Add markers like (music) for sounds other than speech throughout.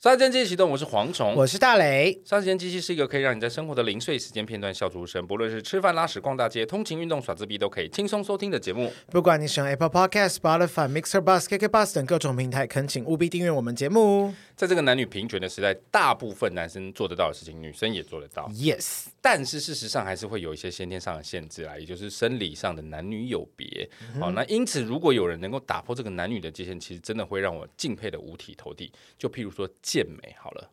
杀时间机器启动，我是蝗虫。我是大雷，杀时间机器是一个可以让你在生活的零碎时间片段笑出声，不论是吃饭、拉屎、逛大街、通勤、运动、耍自闭，都可以轻松收听的节目。不管你使用 Apple Podcast、Spotify、Mixer、Bus、KK Bus 等各种平台，恳请务必订阅我们节目。在这个男女平权的时代，大部分男生做得到的事情，女生也做得嗯到， Yes，但是事实上还是会有一些先天上的限制啦，也就是生理上的男女有别。好、那因此如果有人能够打破这个男女的界限，其实真的会让我敬佩的五体投地。就譬如说健美好了，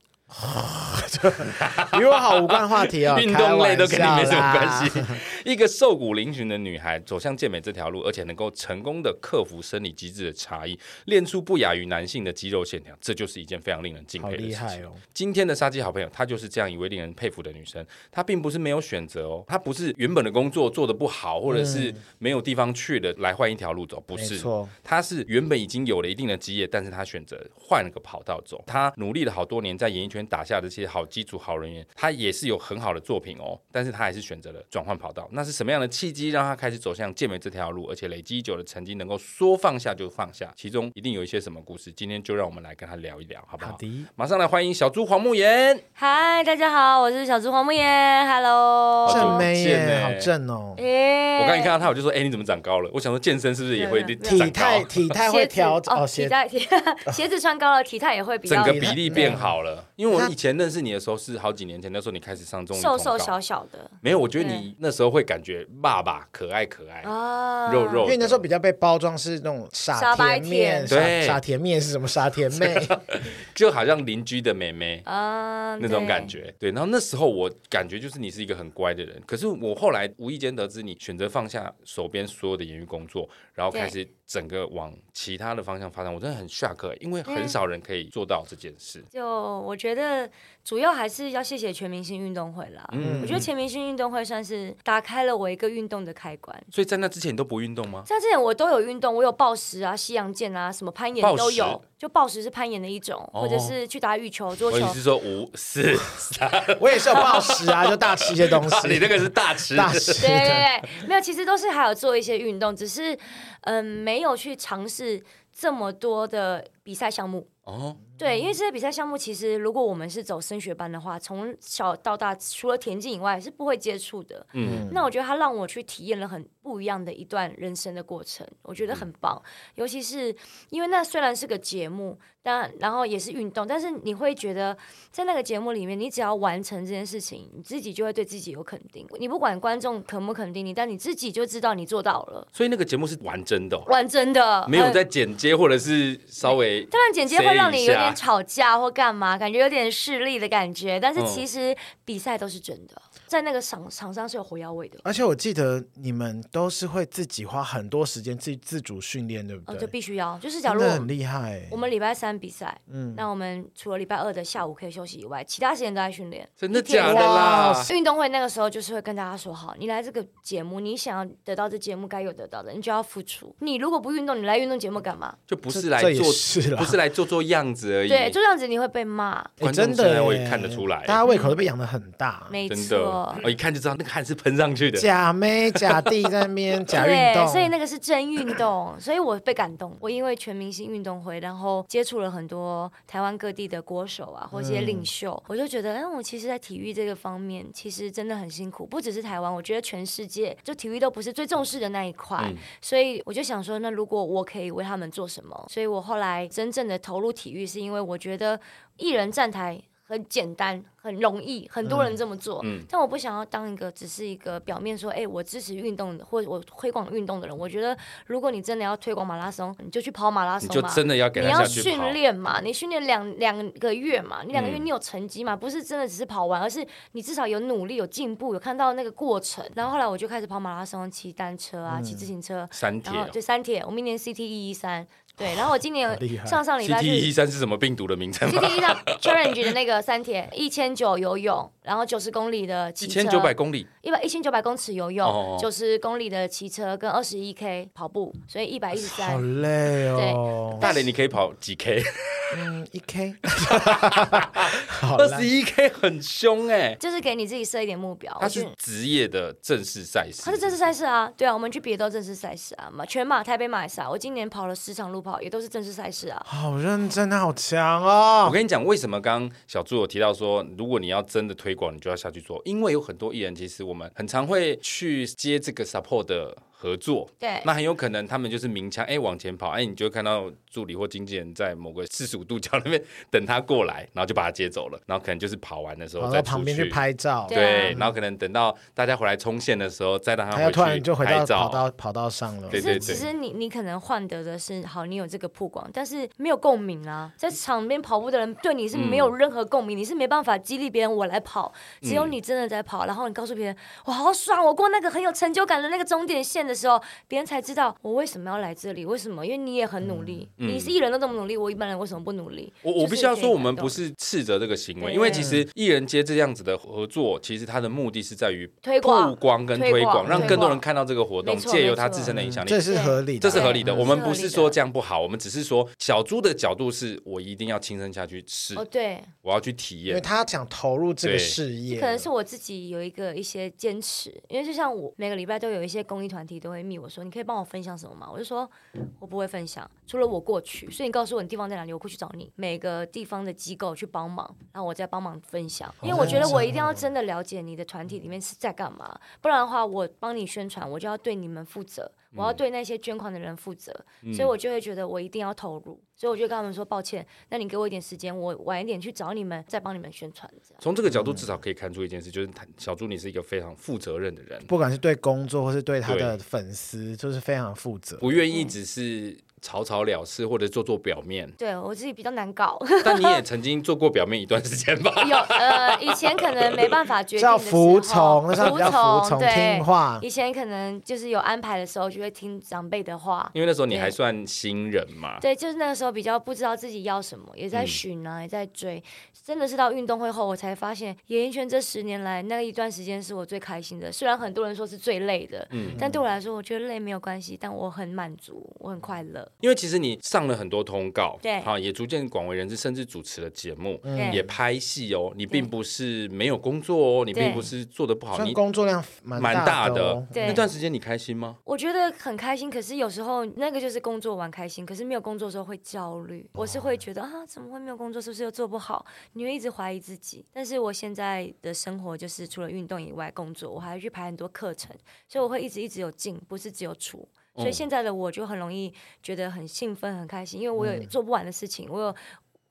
与我好无关话题 (laughs) 哦，运动类都跟你没什么开玩关笑啦。系。一个瘦骨嶙峋的女孩走向健美这条路，而且能够成功的克服生理机制的差异，练出不亚于男性的肌肉线条，这就是一件非常令人敬好佩的事厉情。害哦！今天的杀鸡好朋友，她就是这样一位令人佩服的女生。她并不是没有选择哦，她不是原本的工作做得不好，或者是没有地方去了来换一条路走，不嗯没是。错，她是原本已经有了一定的基业，但是她选择换了个跑道走。她努力了好多年，在演艺圈打下的这些好基础、好人缘，她也是有很好的作品哦。但是她还是选择了转换跑道。那是什么样的契机让她开始走向健美这条路？而且累积已久的成绩能够说放下就放下，其中一定有一些什么故事。今天就让我们来跟她聊一聊，好不好？好的，马上来欢迎小猪黄慕言。嗨，大家好，我是小猪黄慕妍，Hello。好久正不妹见耶，欸好正哦，耶我刚一看到他，我就说：“哎、你怎么长高了？”我想说健身是不是也会对长体态高？体态鞋会子调哦，鞋体态体 (laughs) 鞋子穿高了，体态也会比整个较比例变好了。因为我以前认识你的时候是好几年前，那时候你开始上综艺瘦通瘦告小小的没有，我觉得你那时候会感觉爸爸可爱可爱，啊，哎肉肉因为那时候比较被包装是那种傻傻白甜面，甜傻对傻甜面是什么？傻甜 (laughs) 妹，就好像邻居的妹妹。啊那种感。觉，对。然后那时候我感觉就是你是一个很乖的人，可是我后来无意间得知你选择放下手边所有的演艺工作，然后开始整个往其他的方向发展，我真的很 shock，、因欸为很少人可以做到这件事。对就我觉得主要还是要谢谢全明星运动会啦。嗯我觉得全明星运动会算是打开了我一个运动的开关。所以在那之前你都不运动吗？像之前我都有运动，我有暴食啊、西洋剑啊、什么攀暴岩食都有。就暴食是攀岩的一种，哦或者是去打羽球、桌哦，球你。是说五四？ (laughs) 我也是有暴食啊，就大吃一些东西。你那个是大吃大吃 (laughs) 对的，对对对，没有，其实都是还有做一些运动，只是嗯，没有去尝试这么多的比赛项目。哦，对，因为这些比赛项目，其实如果我们是走升学班的话，从小到大除了田径以外是不会接触的。嗯，那我觉得它让我去体验了很不一样的一段人生的过程，我觉得嗯很棒。尤其是因为那虽然是个节目，但然后也是运动，但是你会觉得在那个节目里面，你只要完成这件事情，你自己就会对自己有肯定。你不管观众肯不肯定你，但你自己就知道你做到了，所以那个节目是完真的哦、完真的嗯没有很在剪接或者是稍微当然，剪接会让你有塞一下点吵架或干嘛，感觉有点势力的感觉。但是嗯其实比赛都是真的，在那个场场上是有火药味的，而且我记得你们都是会自己花很多时间自自主训练，对不嗯，对？就必须要。就是假真如的很厉害欸。我们礼拜三比赛，嗯那我们除了礼拜二的下午可以休息以外，其他时间都在训练。真的一天假的啦？哇运动会那个时候就是会跟大家说好，你来这个节目，你想要得到这节目该有得到的，你就要付出。你如果不运动，你来运动节目干嘛？就不是这来这也做，是啊啦不是来做做样子而已。对，就这样子你会被骂，欸观众真现在的我也耶看得出来大家胃口都被养得很大。没真的，错哦，。一看就知道那个汗是喷上去的。假妹假弟在那边 (laughs) 假运对，动，所以那个是真运动，所以我被感动。我因为全明星运动会，然后接触了很多台湾各地的国手啊，或一些嗯领袖，我就觉得，哎，我其实，在体育这个方面，其实真的很辛苦，不只是台湾，我觉得全世界就体育都不是最重视的那一块，嗯所以我就想说，那如果我可以为他们做什么？所以我后来真正的投入体育，是因为我觉得一人站台。很简单，很容易，很多人这么做。嗯但我不想要当一个只是一个表面说，哎、我支持运动或者我推广运动的人。我觉得，如果你真的要推广马拉松，你就去跑马拉你松就嘛。真的要给你他要下去跑训，练嘛，你训练两两个月嘛，你两个月嗯你有成绩嘛？不是真的只是跑完，而是你至少有努力、有进步、有看到那个过程。然后后来我就开始跑马拉松、骑单车啊、骑自行车，嗯三铁哦然后对三铁，我明年 CT 一一三，对，然后我今好年厉害上上礼拜，CT 是一 E 三是什么病毒的名称？ G T E 上 challenge 的那个三铁，一千九游泳，然后九十公里的骑一车，千九百公里，一百一千九百公尺游哦泳，九十公里的骑车跟二十一 K 跑步，所以一百一十好三。累哦。大磊你可以跑几 K？嗯，一 k，好二啦十一 K 很凶哎、就是给你自己设一点目标。它我觉是得职业的正式赛事，它是正式赛事啊，对啊，我们去比的都正式赛事啊嘛，全马、台北马也是啊。我今年跑了十场路跑，也都是正式赛事啊。好认真，他好强我哦！跟你讲，为什么刚刚小猪有提到说，如果你要真的推广，你就要下去做，因为有很多艺人，其实我们很常会去接这个 support 的合作。对那很有可能他们就是鸣枪，哎、往前跑，哎、你就会看到助理或经纪人在某个四十五度角那边 (laughs) 等他过来，然后就把他接走了，然后可能就是跑完的时候跑再到出旁边去。拍照，对啊对，然后可能等到大家回来冲线的时候，再让他他又突然去就回拍到照跑道跑道上了对。可是其实你你可能换得的是好，你有这个曝光，但是没有共鸣啊。在场边跑步的人对你是嗯没有任何共鸣，你是没办法激励别人我来跑，只有你真的在跑，然后你告诉别人我好爽，我过那个很有成就感的那个终点线的时候，别人才知道我为什么要来这里，为什么？因为你也很努力，你是艺人都这么努力，我一般人为什么不努力？嗯我就我是必须要可以说，我们感动不是斥责这个行为，对啊因为其实艺人接这样子的合作，其实他的目的是在于推曝广光跟推推广广，让推更多广人看到这个活动，没错借由没他错自身的影响力这。是合理这的，是合理的，嗯我们是合不理是的说这样不好，我们只是说小猪的角度是我一定要亲身下去试，哦，对，我要去体因为验。他想投入这个事业，可能是我自己有一个一些坚持，因为就像我每个礼拜都有一些公益团体都会密我说，你可以帮我分享什么吗？我就说我不会分享，除了我过去，所以你告诉我你地方在哪里，我过去找你。每个地方的机构去帮忙，然后我再帮忙分享，因为我觉得我一定要真的了解你的团体里面是在干嘛，不然的话我帮你宣传，我就要对你们负责。我要对那些捐款的人负责，所以我就会觉得我一定要投入，所以我就跟他们说抱歉，那你给我一点时间，我晚一点去找你们，再帮你们宣传这样。从这个角度，至少可以看出一件事，就是他小猪你是一个非常负责任的人，不管是对工作或是对他的粉丝，就是非常负责。不愿意嗯。只是草草了事或者做做表面对我自己比较难搞，但你也曾经做过表面一段时间吧？ (laughs) 有呃，以前可能没办法决定叫的时候服从，那时候比较服从对听。话，以前可能就是有安排的时候，就会听长辈的话。因为那时候你还对算新人嘛，对，就是那个时候比较不知道自己要什么，也在嗯寻啊，也在追。真的是到运动会后，我才发现演艺圈这十年来那一段时间是我最开心的。虽然很多人说是最累的，但对我来说，我觉得累没有关系，但我很满足，我很快乐。因为其实你上了很多通告，对好，也逐渐广为人知，甚至主持了节目，对也拍戏哦。你并不是没有工作哦，你对并不是做的不好，算你工作量蛮蛮大的的哦。。对那段时间你开心吗？我觉得很开心，可是有时候那个就是工作玩开心，可是没有工作的时候会焦虑。我是哦会觉得啊，怎么会没有工作？是不是又做不好？你会一直怀疑自己。但是我现在的生活就是除了运动以外，工作我还去排很多课程，所以我会一直一直有进，不是只有出。所以哦现在的我就很容易觉得很兴奋、很开心，因为我嗯有做不完的事情，我有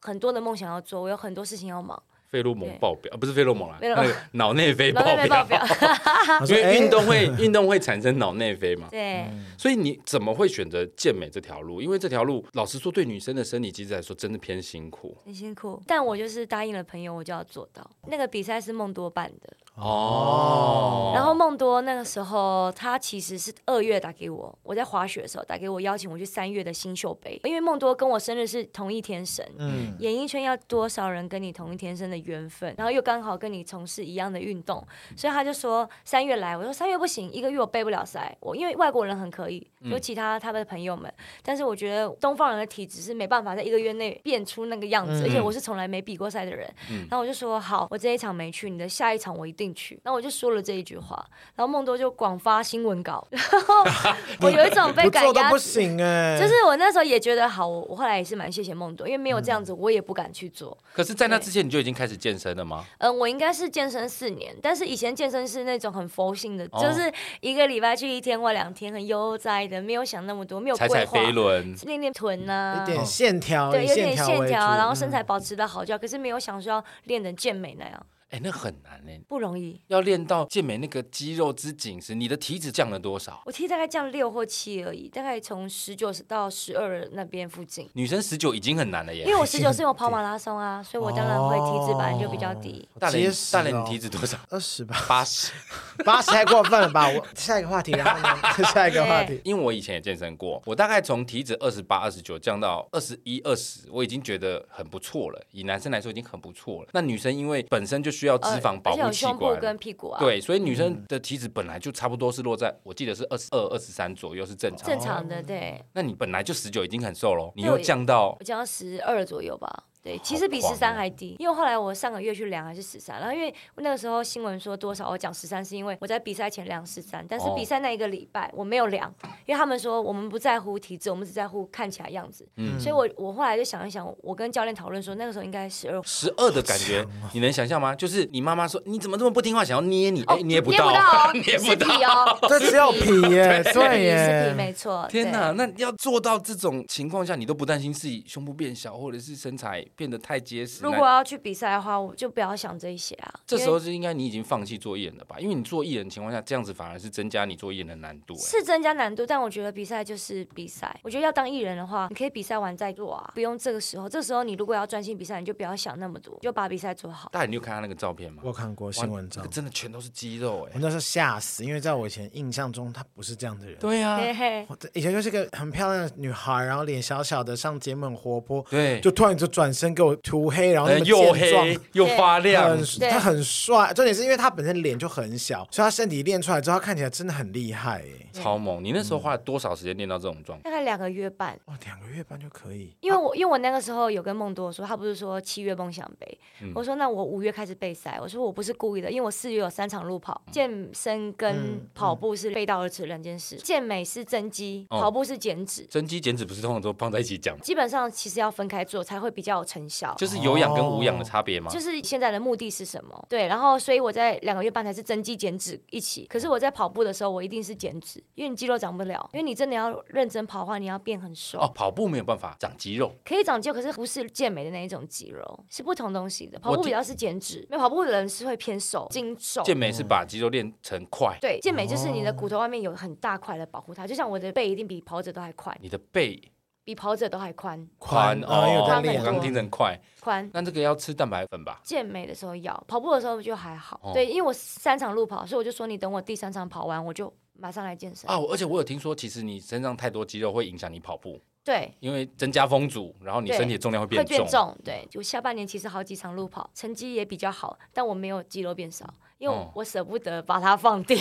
很多的梦想要做，我有很多事情要忙。费洛蒙对爆表，啊不是费洛蒙啦，费洛那蒙个脑内啡然爆后没报表，表， (laughs) 因我说为哎运动会运动会产生脑内啡嘛。对，所以你怎么会选择健美这条路？因为这条路，老实说，对女生的生理机制来说，真的偏辛苦很辛苦。但我就是答应了朋友，我就要做到。那个比赛是梦多办的。哦。然后梦多那个时候，他其实是二月打给我，我在滑雪的时候打给我，邀请我去三月的新秀杯，因为梦多跟我生日是同一天生。嗯，演艺圈要多少人跟你同一天生的缘分，然后又刚好跟你从事一样的运动，所以他就说三月来，我说三月不行，一个月我背不了赛，我因为外国人很可以，嗯有其他他们的朋友们，但是我觉得东方人的体质是没办法在一个月内变出那个样嗯子，而且我是从来没比过赛的人，然后我就说好，我这一场没去，你的下一场我一定去，然后我就说了这一句话，然后梦多就广发新闻稿， (laughs) 然 (laughs) 后我有一种被不赶做都鸭不子行哎，就是我那时候也觉得好，我我后来也是蛮谢谢梦多，因为没有嗯这样子，我也不敢去做。可是，在那之前你就已经开始健身了吗？嗯，我应该是健身四年，但是以前健身是那种很佛性的，哦就是一个礼拜去一天或两天，很悠哉的，没有想那么多，没有踩规踩划，飞轮，练练臀呐、一点线条，对，以有点条线为主，条啊，然后嗯身材保持的好就好，可是没有想说要练的健美那样，哎、那很难呢、不容易。要练到健美那个肌肉之紧实，你的体脂降了多少？我踢大概降六或七而已，大概从十九到十二那边附近。女生十九已经很难了耶。因为我十九是有跑马拉松啊，所以我当然会体脂本来就比较低。大结连实大连哦你体脂多少？二十吧，八十。八十太过分了吧？ (laughs) 我下一个话题，然后呢？下一个话题，因为我以前也健身过，我大概从体脂二十八、二十九降到二十一、二十，我已经觉得很不错了。以男生来说已经很不错了。那女生因为本身就需哦要脂呃肪而保且护有器胸部官。跟屁股啊，对，所以女生的体脂本来就差不多是落在，我记得是二十二、二十三左右是正常。正常的对。那你本来就十九已经很瘦了，你对又降到我降到十二左右吧。对，其实比狂十哦三还低，因为后来我上个月去量还是十三，然后因为那个时候新闻说多少，我讲十三是因为我在比赛前量十三，但是哦比赛那一个礼拜我没有量，因为他们说我们不在乎体脂，我们只在乎看起来样子，嗯所以我我后来就想一想，我跟教练讨论说那个时候应该十二，十二的感觉，你能想象吗？就是你妈妈说你怎么这么不听话，想要捏你，哎，捏不到到， (laughs) 哦，捏不是到。皮哦， (laughs) 这只有是皮耶，对皮是皮耶，没错，天哪哪，，那要做到这种情况下，你都不担心自己胸部变小，或者是身材变得太结实？如那果要去比赛的话，我就不要想这一些啊，这因为时候是应该你已经放弃做艺人了吧？因为你做艺人的情况下，这样子反而是增加你做艺人的难度、哎是增加难度，但我觉得比赛就是比赛。我觉得要当艺人的话，你可以比赛完再做啊，不用这个时候。这时候你如果要专心比赛，你就不要想那么多，就把比赛做好。大眼，你有看他那个照片吗？我看过新闻这照个，真的全都是肌肉、我哎，那时候吓死，因为在我以前印象中她不是这样的人。对啊呀、嘿嘿，我以前就是个很漂亮的女孩，然后脸小小的，上节目很活泼，对，就突然就转身给我涂黑，然后那呃么又健壮黑又发亮很，对他很帅，重点是因为他本身脸就很小，所以他身体练出来之后，他看起来真的很厉害哎。超猛！你那时候花了多少时间练到这种状态？大概两个月半。哇，两个月半就可以，因为我因为我那个时候有跟梦多说，他不是说七月梦想杯，嗯我说那我五月开始备赛，我说我不是故意的，因为我四月有三场路跑，嗯健身跟跑步是背道而驰两件事，健美是增肌，哦跑步是减脂，增肌减脂不是通常都放在一起讲吗，基本上其实要分开做才会比较有成效。就是有氧跟无哦氧的差别吗？就是现在的目的是什么？对，然后所以我在两个月半才是增肌减脂一起。可是我在跑步的时候，我一定是减脂，因为你肌肉长不了，因为你真的要认真跑的话，你要变很瘦，哦，跑步没有办法长肌肉，可以长肌肉，可是不是健美的那一种肌肉，是不同东西的。跑步我比较是减脂，没有跑步的人是会偏瘦、精瘦。健美是哦把肌肉练成块，对，健美就是你的骨头外面有很大块的保护它，就像我的背一定比跑者都还宽，你的背比跑者都还宽宽啊，有在哦，练我刚宽听成快，宽。那这个要吃蛋白粉吧？健美的时候要，跑步的时候就还好。哦对，因为我三场路跑，所以我就说你等我第三场跑完，我就马上来健身。啊，我而且我有听说，其实你身上太多肌肉会影响你跑步，对，因为增加风阻，然后你对身体的重量会会变重。变重。对，就下半年其实好几场路跑，成绩也比较好，但我没有肌肉变少，因为我哦我舍不得把它 (laughs) 放掉。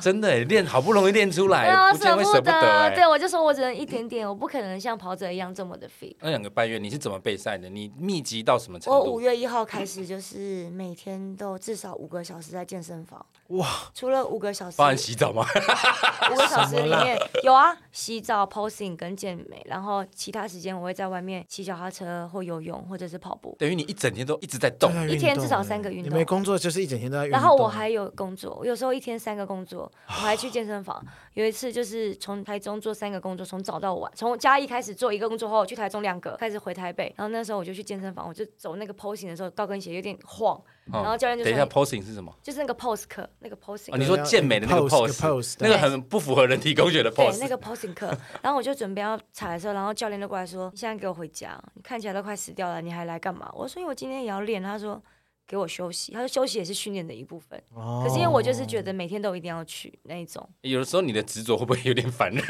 真的耶欸练好不容易练出对 (laughs) 啊，来，哎不见舍啊会舍不得欸哎耶。对，我就说我只能一点点，我不可能像跑者一样这么的 fit。那两个半月你是怎么备赛的？你密集到什么程我五度？月一号开始，就是每天都至少五个小时在健身房。哇，除了五个小时包含洗澡吗？ (laughs) 五个小时里面有啊，洗澡、posing 跟健美，然后其他时间我会在外面骑脚踏车或游泳或者是跑步，等于你一整天都一直在动都在运一天动至少哎三个运你动没工作就是一整天都在运动。然后我啊还有工作，我有时候一天三个工作，我还去健身啊房。有一次就是从台中做三个工作，从早到晚，从嘉义开始做一个工作后，去台中两个，开始回台北。然后那时候我就去健身房，我就走那个 posing 的时候，高跟鞋有点晃，嗯然后教练就等一说下你， ，posing 是什么？就是那个 pose 课，那个 posing 哦，你说健美的那个 pose， pose， pose，那对个很不符合人体工学的对， pose。那个 posing (laughs) 课，然后我就准备要踩的时候，然后教练就过来说：“你现在给我回家，你看起来都快死掉了，你还来干嘛？”我说：“因为我今天也要练。”他说：“给我休息。”他说：“休息也是训练的一部分。”可哦可是因为我就是觉得每天都一定要去那一种，有的时候你的执着会不会有点烦人？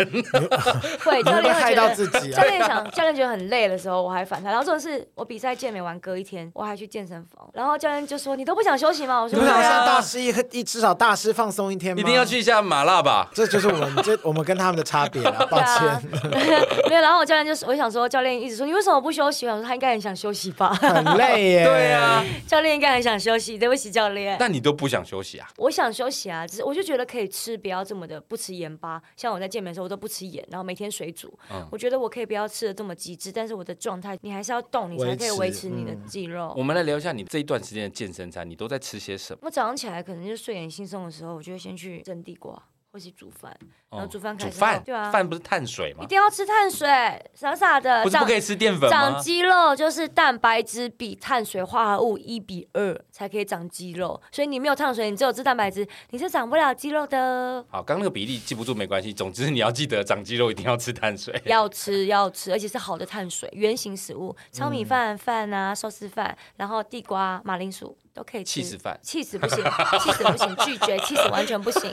会你 (laughs) 教会不会练会害觉到得。自己 (laughs) 教啊？练想，教练觉得很累的时候，我还反他。然后这种是我比赛健美完隔一天，我还去健身房。然后教练就说：“你都不想休息吗？”我你说：“不想对啊像大师一一至少大师放松一天吗？一定要去一下麻辣吧？这就是我们这我们跟他们的差别了，抱对啊 (laughs) 歉，， (laughs) 没有。然后我教练就是，我想说，教练一直说你为什么不休息？我想说他应该很想休息吧， (laughs) 很累耶。对啊，教练应该很想休息。对不起，教练。但你都不想休息啊？我想休息啊，只是我就觉得可以吃，不要这么的不吃盐巴。像我在健美的时候，我都不吃盐，然后每天水煮。嗯我觉得我可以不要吃的这么极致，但是我的状态你还是要动，你才可以维维持嗯持你的肌肉。我们来聊一下你这一段时间的健身餐，你都在吃些什么？我早上起来可能就睡眼惺忪的时候，我就会先去蒸地瓜或是煮饭，然哦后煮饭开哦煮始饭，对啊，饭不是碳水吗一？定要吃碳水，傻傻的，不是不可以吃淀粉长吗？肌肉就是蛋白质比碳水化合物一比二才可以长肌肉，所以你没有碳水，你只有吃蛋白质，你是长不了肌肉的。好，刚那个比例记不住没关系，总之你要记得长肌肉一定要吃碳 (laughs) 水。要吃要吃，而且嗯是好的碳水，原型食物，糙米饭、饭啊、寿司饭，然后地瓜、马铃薯，都可以吃。气死饭，气死不行，气死不行，拒绝，气死完全不行。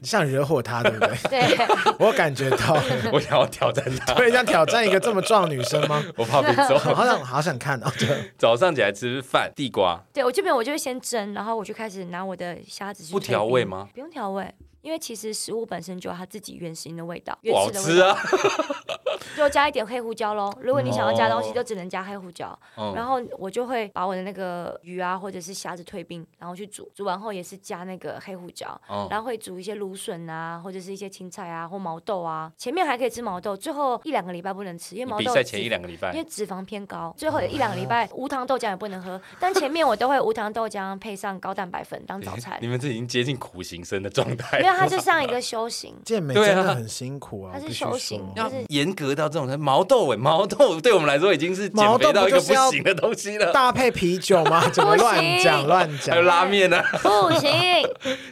你想惹火她，对不对？ (laughs) 对，我感觉到，我想要挑战 (laughs) 他，对，想挑战一个这么壮的女生 (laughs) 吗？我怕被我 (laughs) 揍。好想好想看哦，对，早上起来吃饭，地瓜对我这边我就会先蒸，然后我就开始拿我的虾子去不配调味冰？吗？不用调味。因为其实食物本身就有它自己原型的味道，原不好始的吃味道，啊！就加一点黑胡椒喽。如果你想要加东西，哦就只能加黑胡椒。然嗯，后我就会把我的那个鱼啊，或者是虾子退冰，然后去煮，煮完后也是加那个黑胡椒，哦然后会煮一些芦笋啊，或者是一些青菜啊或毛豆啊。前面还可以吃毛豆，最后一两个礼拜不能吃，因为你毛比豆赛脂前一两个礼因为哎拜，脂肪偏高，最后一两哦个礼拜无糖豆浆也不能喝，但前面我都会无糖豆浆配上高蛋白粉当早餐你，们这已经接近苦行僧的状态没。(laughs) 有，它就像 (laughs) 一个修行。健美对啊真的很辛苦啊，她我是必须修说行要就是严格到这种程度，毛豆哎，毛豆对我们来说已经是减毛肥豆不到一个就是不要行的东西了。搭配啤酒 (laughs) 吗？怎么乱讲不行乱还有 (laughs) 讲？拉 (laughs) 面啊，不行，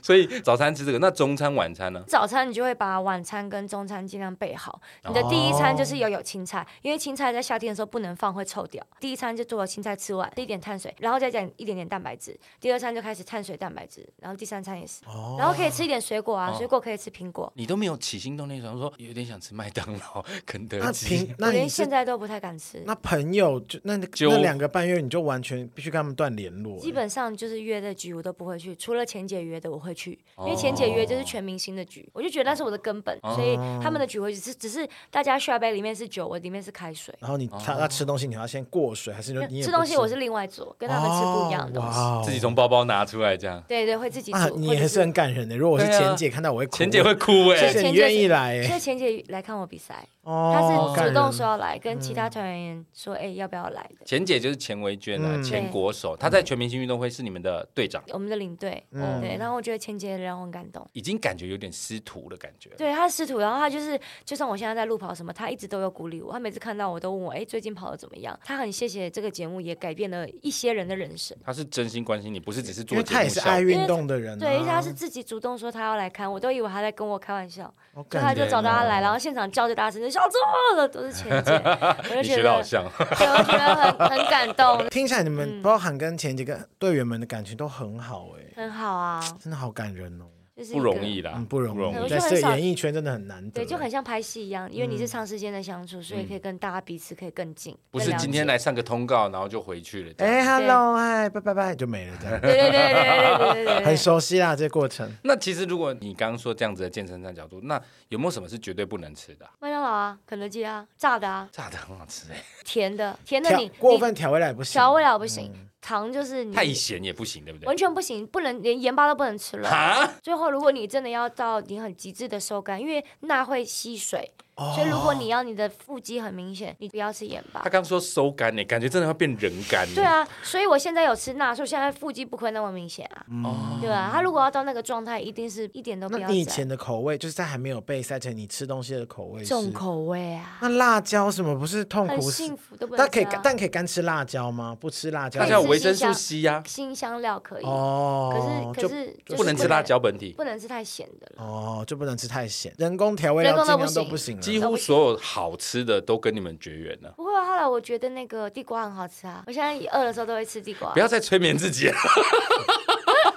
所以早餐吃这个，那中餐晚餐呢？早餐你就会把晚餐跟中餐尽量备好。你的第一餐哦就是要有青菜，因为青菜在夏天的时候不能放，会臭掉。第一餐就做了青菜吃完，吃一点碳水，然后再加一点点蛋白质。第二餐就开始碳水蛋白质，然后第三餐也是，哦然后可以吃一点水果啊，哦水果可以吃苹果。你都没有起心动念，想说有点想吃麦当劳、肯德那基平，我那连你现是在都不太敢吃。那朋友就那那就那两个半月，你就完全必须跟他们断联络。基本上就是约的局我都不会去，除了前姐约的我会去，因为前姐约哦就是全明星的局，我就觉得那是我的根本，所以他们的局我只是只是大家下杯里面是酒，我里面是开水。然后你哦他他吃东西，你要先过水，还是你啊就你也吃不东西我是另外做，跟他们吃不一样的东西。哦哇哦 (laughs) 自己从包包拿出来这样，对对，会自己啊，煮。你或者也是很感人的。如果我是对啊钱姐看到，我会哭。钱姐会哭所哎以谢。谢前你姐愿是意来耶，所以前姐来看我比赛，她哦，是感人主嗯动说要来，跟其他团员说，哎，要不要来的？钱姐就是钱维娟啊，嗯前国手，她在全明星运动会是你们的队长，我们的领队，嗯对，然后我觉得前姐让我很感动。已经感觉有点师徒的感觉。对他试图，然后他就是，就算我现在在路跑什么，他一直都有鼓励我。他每次看到我都问我，哎，最近跑的怎么样？他很谢谢这个节目，也改变了一些人的人生。她是真心关心你，不是只是因做为节他也目是效爱果。运动的人啊，对，而且他是自己主动说他要来看，我都以为他在跟我开玩笑，好所感以人他啊就找到他来，然后现场叫着大声就小错了，都是前姐，我就你学的觉得，好像，对，我觉得很很感动，听起来你嗯们包含跟前几个队员们的感情都很好哎，很好啊，真的好感人哦，就是一不个容易啦嗯，，不容我易，就在很这个少演艺圈真的很难得，哎对，就很像拍戏一样，因为你是长时间的相处，所以可以跟大家彼此可以更近，不更是了今天解来上个通告，然后就回去了。这样哎，hello，哎，拜拜拜，就没了这样，对对对对对对对对，很熟悉啦，这个过程。那其实如果你刚刚说这样子的健身餐角度，那有没有什么是绝对不能吃的啊？麦当劳啊，肯德基啊，炸的啊，炸的很好吃哎，甜的，甜的调你过你分嗯调味了也不行，调味料不行，糖就是你太咸也不行，对不对嗯完？全不行，不能连盐巴都不能吃了。啊，最后，如果你真的要到你很极致的收干，因为钠会吸水，哦所以如果你要你的腹肌很明显，你不要吃盐巴他。刚说收干呢，感觉真的要变人干。对，啊，所以我现在有吃钠，所以我现在腹肌不会那么明显啊，哦，对啊，他如果要到那个状态，一定是一点都不嗯那要啊你以沾前的口味，就是在还没有被塞前，你吃东西的口味是重口味啊，那辣椒什么不是痛 (laughs) 很苦幸死？福都不能但可吃以啊。但可以干吃辣椒吗？不吃辣椒大可以家有吃维生新素香 C 呀，新香料可以，哦，可是就可是就是不能吃辣，椒本体。不能吃太咸的了。哦，就不能吃太咸，人工调味人料尽工都不量都行不行几了。乎所有好吃的都跟你们绝缘了，不会啊，后来我觉得那个地瓜很好吃啊，我现在饿的时候都会吃地瓜不，要再催眠自己了。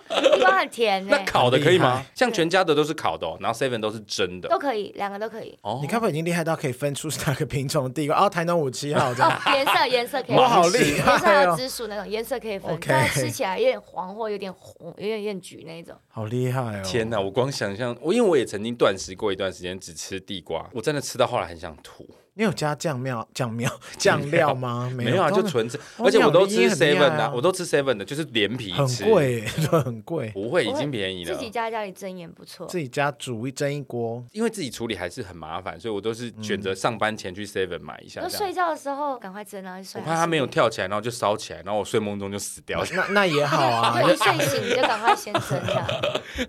地瓜很甜欸呢、 (laughs) 那烤的可以很厉吗？像全家的都是烤的哦，然后 Seven 都是蒸的。都可以，两个都可以。哦你看，我已经厉害到可以分出是哪个品种的地瓜哦，台南五七号这 (laughs) 哦样，，颜色颜色可以分，哇好厉害哦颜色还有紫薯那种颜色可以分 OK 但吃起来有点黄或有点红，有点有点橘那一种。好厉害哦！天哪！我光想象，我因为我也曾经断食过一段时间，只吃地瓜，我真的吃到后来很想吐。你有加酱料、酱料、酱 (laughs) 料吗？没有啊，就都纯吃，哦而且我都你吃很厉害 Seven 啊啊，我都吃 Seven 的，就是连皮很吃，贵耶，都很贵，不会已不会经便宜自了。己家家里蒸也不错自。己家煮一蒸一锅，因为自己处理还是很麻烦，所以我都是选嗯择上班前去 Seven 买一下就这样睡。觉的时候赶快蒸，然后就我睡。怕它没有跳起来，然后就烧起来，然后我睡梦中就死 (laughs) 掉了。那那也好啊，就一睡醒你就赶快先蒸这样。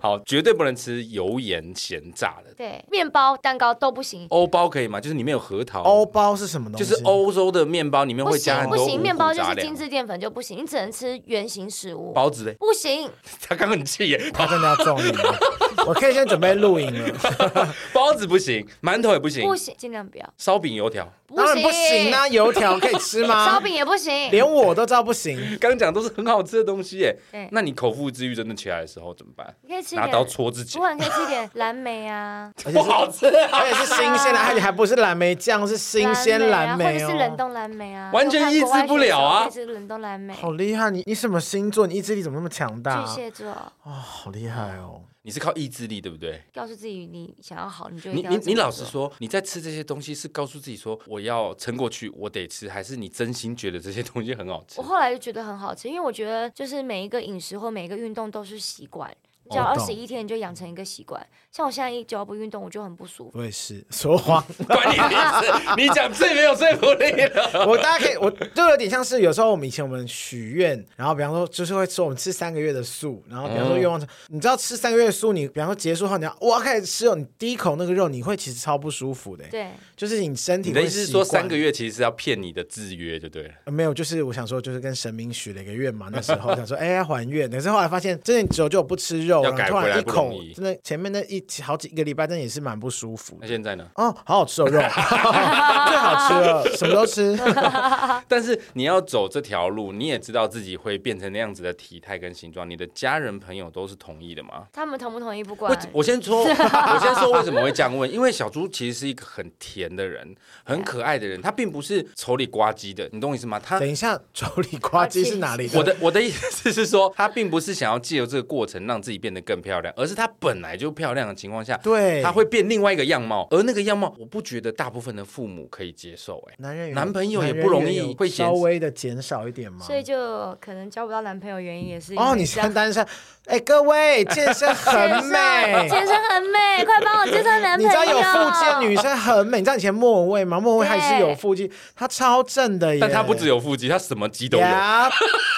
好，绝对不能吃油盐咸炸的。对，面包、蛋糕都不行，欧包可以吗？就是里面有核桃，欧包是什么东就西？是欧洲的面包里面不会加行很不多五行，面谷包就杂是粮精致淀粉就不行，你只能吃圆形食物，包子嘞。 (laughs) 不行。他刚刚很气耶，他真的要揍你了。 (laughs) 我可以先准备录影了，包子不行，馒头也不行不，行，尽量不要。烧饼油条不当然不行啊，油条可以吃烧吗？饼也不行，连我都知道不行。刚刚讲都是很好吃的东西耶对，那你口腹之欲真的起来的时候怎么办？你可以吃一拿刀点，戳自己不，然你可以吃一点蓝莓啊，而不且是好吃啊，而且是新鲜的，而且还不是蓝莓酱，是新鲜蓝莓啊，或莓者哦。是冷冻蓝莓啊，完全抑制不了啊一直冷冻蓝莓，好厉害！你你什么星座？你意志力怎么那么强大、巨啊？蟹座，哦，好厉害哦！你是靠意志力对不对？告诉自己你想要好，你就一你定要你这么你老实做，说，你在吃这些东西是告诉自己说我要撑过去，我得吃，还是你真心觉得这些东西很好吃我？后来就觉得很好吃，因为我觉得就是每一个饮食或每一个运动都是习惯。只要我二哦懂十一天，你就养成一个习惯。像我现在一只要不运动，我就很不舒服。我也是说谎， (laughs) 管你屁事，你讲最没有说服力了。我大家可以，我就有点像是有时候我们以前我们许愿，然后比方说就是会说我们吃三个月的素，然后比方说嗯愿望，你知道吃三个月的素，你比方说结束后你要哇开始吃哦，你第一口那个肉你会其实超不舒服的，对，就是你身体你会的意思是说习惯三个、月其实是要骗你的制约，就对了。呃没有，就是我想说就是跟神明许了一个愿嘛，那时候想说哎要还愿，可是后来发现真的久久不吃肉，要然后改突回然来一不口容易哎真的前面那一好几一个礼拜真的也是蛮不舒服的那现在呢？哦，好好吃哦， (laughs) 肉最好吃了，什么都吃。但是你要走这条路，你也知道自己会变成那样子的体态跟形状，你的家人朋友都是同意的吗？他们同不同意不管我。我先 (laughs) 说，我先说为什么会这样问，因为小猪其实是一个很甜的人，很可爱的人，他并不是丑里呱唧的，你懂我意思吗？他等一下，丑里呱唧是哪里 (laughs) 的？我的我的意思是说，他并不是想要借由这个过程让自己变得更漂亮，而是他本来就漂亮的情况下，对，他会变另外一个样貌，而那个样貌，我不觉得大部分的父母可以接受、哎，男人有男朋友也不容易男人有会减稍微的减少一点吗？所以就可能交不到男朋友，原因也是因哦，为你这先样单身，哎，各位健身很美。健身很 (laughs) 美，快帮我介绍男你朋友。知道有腹肌的女生很美，你知道以前莫文蔚吗？莫文蔚她也是有腹肌，她超正的耶。但他不只有腹肌，他什么肌都有。呀，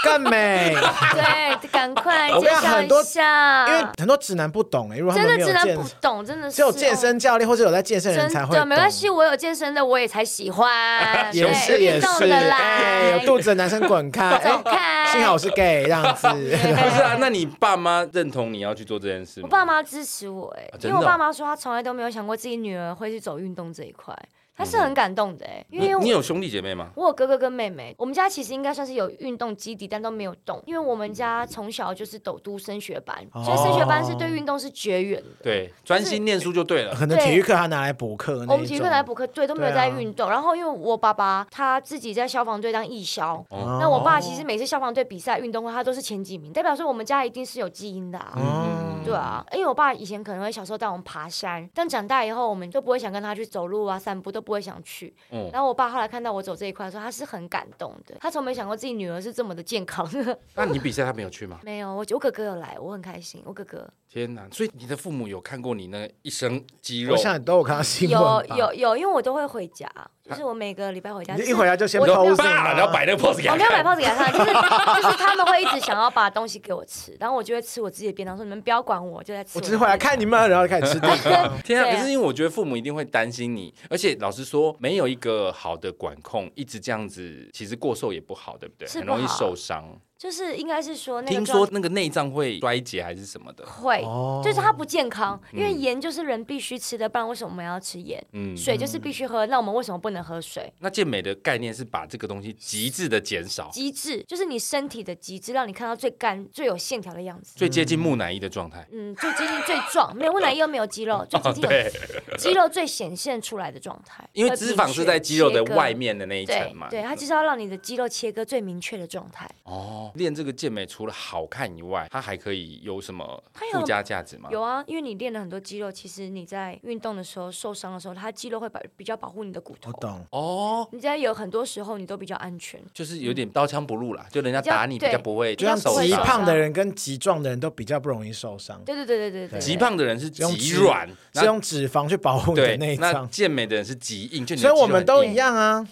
更 (laughs) 美。对，赶快我介跟你讲绍很多一下，因为很多直男不懂哎，如果他真们没的有直健男不，懂，真的是只有健身教练或者有在健身哦的人才真会的懂。没关系，我有健身的我也才喜欢，也啊对是也运动是，的哎，啦，有肚子的男生滚 (laughs) 开，走哎，开。幸好我是 gay 这 (laughs) 样子。 (laughs) 不是啊，那你爸妈认同你要去做这件事吗？我爸妈支持我哎、啊真的因哦为我爸妈说他从来都没有想过自己女儿会去走运动这一块，他是很感动的哎、因你为我你有兄弟姐妹吗？我有哥哥跟妹妹，我们家其实应该算是有运动基底，但都没有动，因为我们家从小就是斗都升学班，嗯哦所以升学班是对运动是绝缘的。对，专心念书就对了。 (laughs) 可能体育课他拿来补课那一种。我们体育课来补课，对，都没有对啊在运动。然后因为我爸爸他自己在消防队当义消，哦那我爸其实每次消防队比赛、运动会他都是前几名，代表说我们家一定是有基因的啊。嗯哦对啊，因为我爸以前可能会小时候带我们爬山，但长大以后我们都不会想跟他去走路啊、散步，都不会想去。嗯然后我爸后来看到我走这一块的时候，他是很感动的，他从没想过自己女儿是这么的 (laughs) 健康。那你比赛他没有去吗？没有，我我哥哥有来，我很开心。我哥哥天哪！所以你的父母有看过你那一身肌肉我？想你都有看到新闻有吧啊有有，因为我都会回家，就是我每个礼拜回家，你就就是一回家就先我你没有说 pose 爸，吗然后摆那个 pose 给我他哦没有摆看。报纸给他看，就是就是他们会一直想要把东西给我吃，然后我就会吃我自己的便当，说你们不要管我，就在吃我的只是回来看你们，然后就开始吃 (laughs) 东西。天啊！对啊可是因为我觉得父母一定会担心你，而且老实说，没有一个好的管控，一直这样子，其实过瘦也不好，对不对？是很不好容易受伤。就是应该是说那个听状说那个内脏会衰竭还是什么的。会哦，嗯就是它不健康，因为盐就是人必须吃的，不然为什么我们要吃盐？嗯，水就是必须喝，那我们为什么不能喝水？那健美的概念是把这个东西极致的减少，极致就是你身体的极致，让你看到最干、最有线条的样子。最接近木乃伊的状态。嗯，最接近最 (laughs) 壮，没有木乃伊又没有肌肉，最接哦，近有对，肌肉最显现出来的状 (laughs) 态。呃因为脂肪是在肌肉的外面。面的那一对层嘛。对，它就是要让你的肌肉切割最明确的状态。哦，练这个健美除了好看以外，它还可以有什么它有附加价值吗？有啊，因为你练了很多肌肉，其实你在运动的时候受伤的时候，它肌肉会保比较保护你的骨头我。懂，哦，你在有很多时候你都比较安全。就是有点刀枪不入啦，就人家嗯比较打你比对较不会就像受极伤。胖的人跟极壮的人都比较不容易受伤，对对对对对对，极胖的人是用极脂软，是那用脂肪去保护你的对，内那脏。健美的人是极硬，就你的所以肌肉我们很都硬 (laughs) 啊一。样 (laughs) 啊，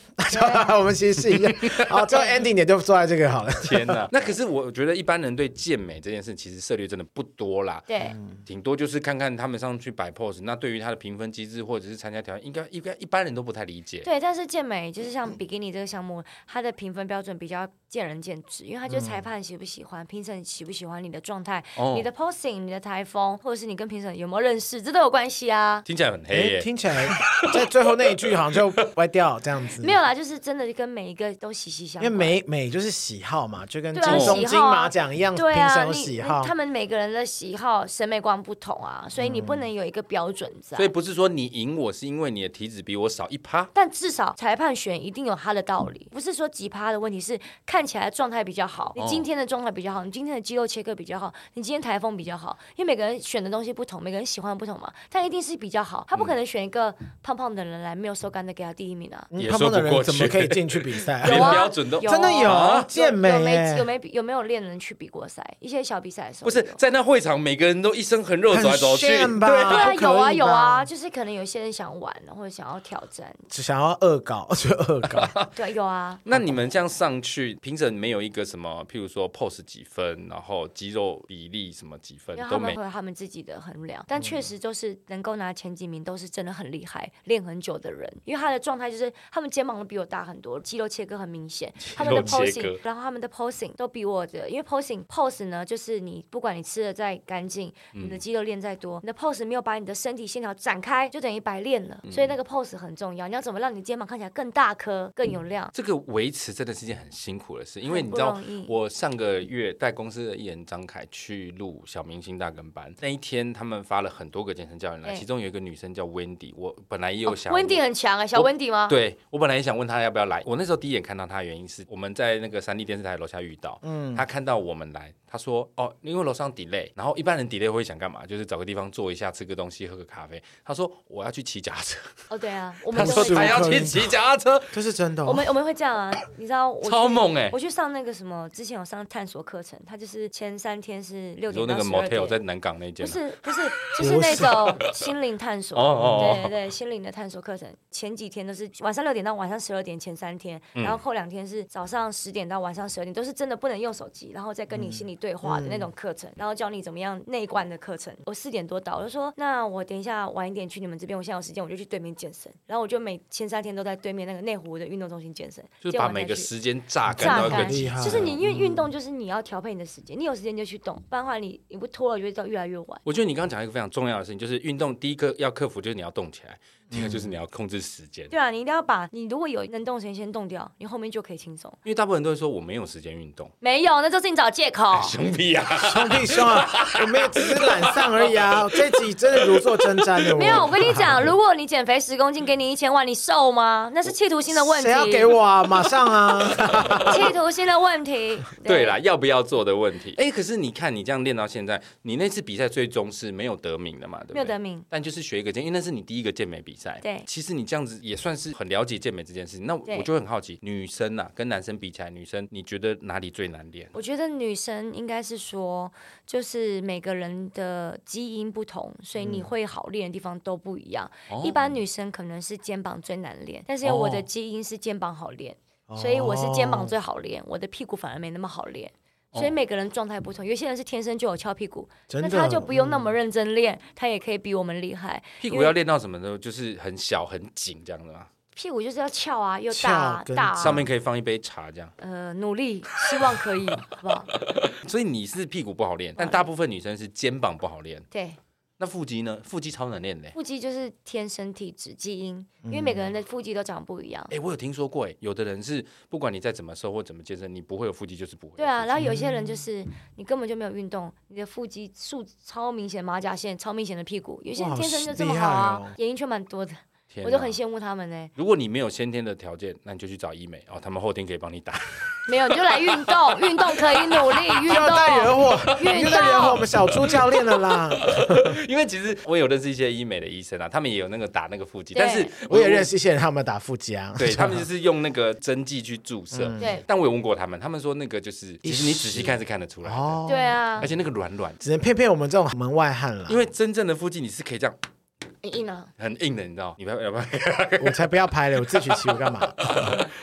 我们其实是一样。好，最后 ending 点就做在这个好了。天哪！啊。 (laughs) 那可是我觉得一般人对健美这件事其实涉猎真的不多啦，对，顶多就是看看他们上去摆 pose。那对于他的评分机制或者是参加条件，应该应该一般人都不太理解。对，但是健美就是嗯像比基尼这个项目，它的评分标准比较见仁见智，因为它就是嗯裁判喜不喜欢，评审喜不喜欢你的状态、哦你的 posing、你的台风，或者是你跟评审有没有认识，这都有关系啊。听起来很黑哎、耶、听起来在最后那一句好像就歪掉这样子。没有啦，就是真的跟每一个都息息相因为关。美美就是喜好嘛，就跟对啊金钟喜好啊金马奖一样，对评啊，审有你你喜好他。们每个人的喜好、审美观不同啊，所以你嗯不能有一个标准在。所以不是说你赢我，是因为你的体脂比我少一趴。但至少裁判选一定有他的道理，不是说几趴的问题，是看起来状态比较好，你今天的状态比较好，你今天的肌肉切割比较好，你今天台风比较好，因为每个人选的东西不同，每个人喜欢的不同嘛，但一定是比较好，他不可能选一个胖胖的人来没有手感的给他第一名啊。嗯也胖说胖的不过人怎么去可以进去比赛连 (laughs) 有啊？啊标准都有真的有啊健美有没有欸，没有没有练人去比过赛？一些小比赛的时候不是有在那会场，每个人都一身横肉走来走去，很炫吧对对啊，不可以有啊有吧啊，就是可能有些人想玩或者想要挑战，只 (laughs) 想要恶搞就恶搞。对，有啊。那你们这样上去，评审没有一个什么，譬如说 pose 几分，然后肌肉比例什么几分因为都他们没嗯会。有他们自己的衡量，但确实就是能够拿前几名，都是真的很厉害、练很久的人。因为他的状态就是他们肩膀都比我大很多，肌肉切割很明显，他们的切割 posing，然后他们的 posing 都比我的，因为 posing pose 呢，就是你不管你吃的再干净，你的嗯肌肉练再多，你的 pose 没有把你的身体线条展开，就等于白练了。嗯所以那个 pose 很重要，你要怎么让你肩膀看起来更大颗、更有量？这个维持真的是件很辛苦的事，因为你知道很不容易，我上个月带公司的艺人张凯去录小明星大跟班，那一天他们发了很多个健身教练来，哎其中有一个女生叫 Wendy，我本来也有想温迪问很强哎、小我温迪吗？对我本来也想问他要不要来。我那时候第一眼看到他的原因是我们在那个三立电视台楼下遇到，嗯，他看到我们来，他说哦，因为楼上 delay，然后一般人 delay 会想干嘛？就是找个地方坐一下，吃个东西，喝个咖啡。他说我要去骑脚踏车，哦对啊，我他们说都是他会，要去骑脚踏车，这是真的、哦。 (laughs) 我们我们会这样啊，你知道我去超猛哎、我去上那个什么，之前有上探索课程，它就是前三天是六你说点那到个十二 motel 在点。南港那间啊不吗，是不是，就是那种心灵探索， (laughs) 哦哦哦对对对，心灵的探索课程。前几天都是晚上六点到晚上十二点，前三天，嗯然后后两天是早上十点到晚上十二点，都是真的不能用手机，然后再嗯跟你心理对话的嗯那种课程，然后教你怎么样内观的课程。我四点多到，我就说那我等一下晚一点去你们这边，我现在有时间，我就去对面健身。然后我就每前三天都在对面那个内湖的运动中心健身，就是健把完每再个去时间榨干榨到一个干极厉害嗯致。就是你因为运动就是你要调配你的时间，你有时间就去动，不然的话你你不拖了就会到越来越晚。我觉得你刚刚讲一个非常重要的事情，就是运动第一个要克服就是你要动起来，第二个就是你要控制时间。嗯对啊，你一定要把你如果有能动的时间先动掉，你后面就可以轻松。因为大部分人都会说我没有时间运动，没有，那就是你找借 (laughs) 口。熊屁啊！。兄弟兄啊，我们也只是懒散而已啊！这集真的如坐针毡的。没有，我跟你 (laughs) 讲，如果你减肥十公斤，给你一千万，你瘦吗？那是企图心的问题。谁要给我啊？马上 (laughs) 啊！企图心的问题对啦，，要不要做的问题。哎，可是你看你这样练到现在，你那次比赛最终是没有得名的嘛？对不对？没有得名。但就是学一个健，因为那是你第一个健美比赛。对其实你这样子也算是很了解健美这件事情。那对我就很好奇，女生啊跟男生比起来，女生你觉得哪里最难练？我觉得女生应该是说，就是每个人的基因不同，所以嗯你会好练的地方都不一样。哦一般女生可能是肩膀最难练，但是因为我的基因是肩膀好练，所以我是肩膀最哦好练，我的屁股反而没那么好练。所以每个人状态不同，有些人是天生就有翘屁股，真那的，嗯他就不用那么认真练，他也可以比我们厉害。屁因股为要练到什么时候？就是很小很紧这样的嘛，屁股就是要翘啊，又大啊翘跟大啊，上面可以放一杯茶这样。呃努力，希望可以，好不好？所以你是屁股不好练，但大部分女生是肩膀不好练。对。那腹肌呢？腹肌超难练的。腹肌就是天生体质基因，因嗯为每个人的腹肌都长不一样。哎、我有听说过，哎，有的人是不管你再怎么瘦或怎么健身，你不会有腹肌就是不会。对啊，，然后有些嗯人就是你根本就没有运动，你的腹肌竖超明显，马甲线超明显的屁股，有些人哇天生就这好么厉好害哦啊，演艺圈蛮多的，天我都哪很羡慕他们呢。如果你没有先天的条件，那你就去找医美哦，他们后天可以帮你打。 (laughs) 没有，你就来运动，运动可以 (laughs) 努力，运又在惹动。 (laughs) 火，运动又在惹火我们小猪教练了啦！因为其实我有认识一些医美的医生啊，他们也有那个打那个腹肌，对但是我也认，识一些人，他们打腹肌啊。对他们就是用那个针剂去注射。对但我有问过他们，他们说那个就是，其实你仔细看是看得出来的， (laughs) 哦，对啊哎而，且那个软软，只能骗骗我们这种门外汉了因。为真正的腹肌你是可以这样硬硬啊，很硬的，你知道？你不要要不要？ (laughs) 我才不要拍嘞，我自取其辱干嘛？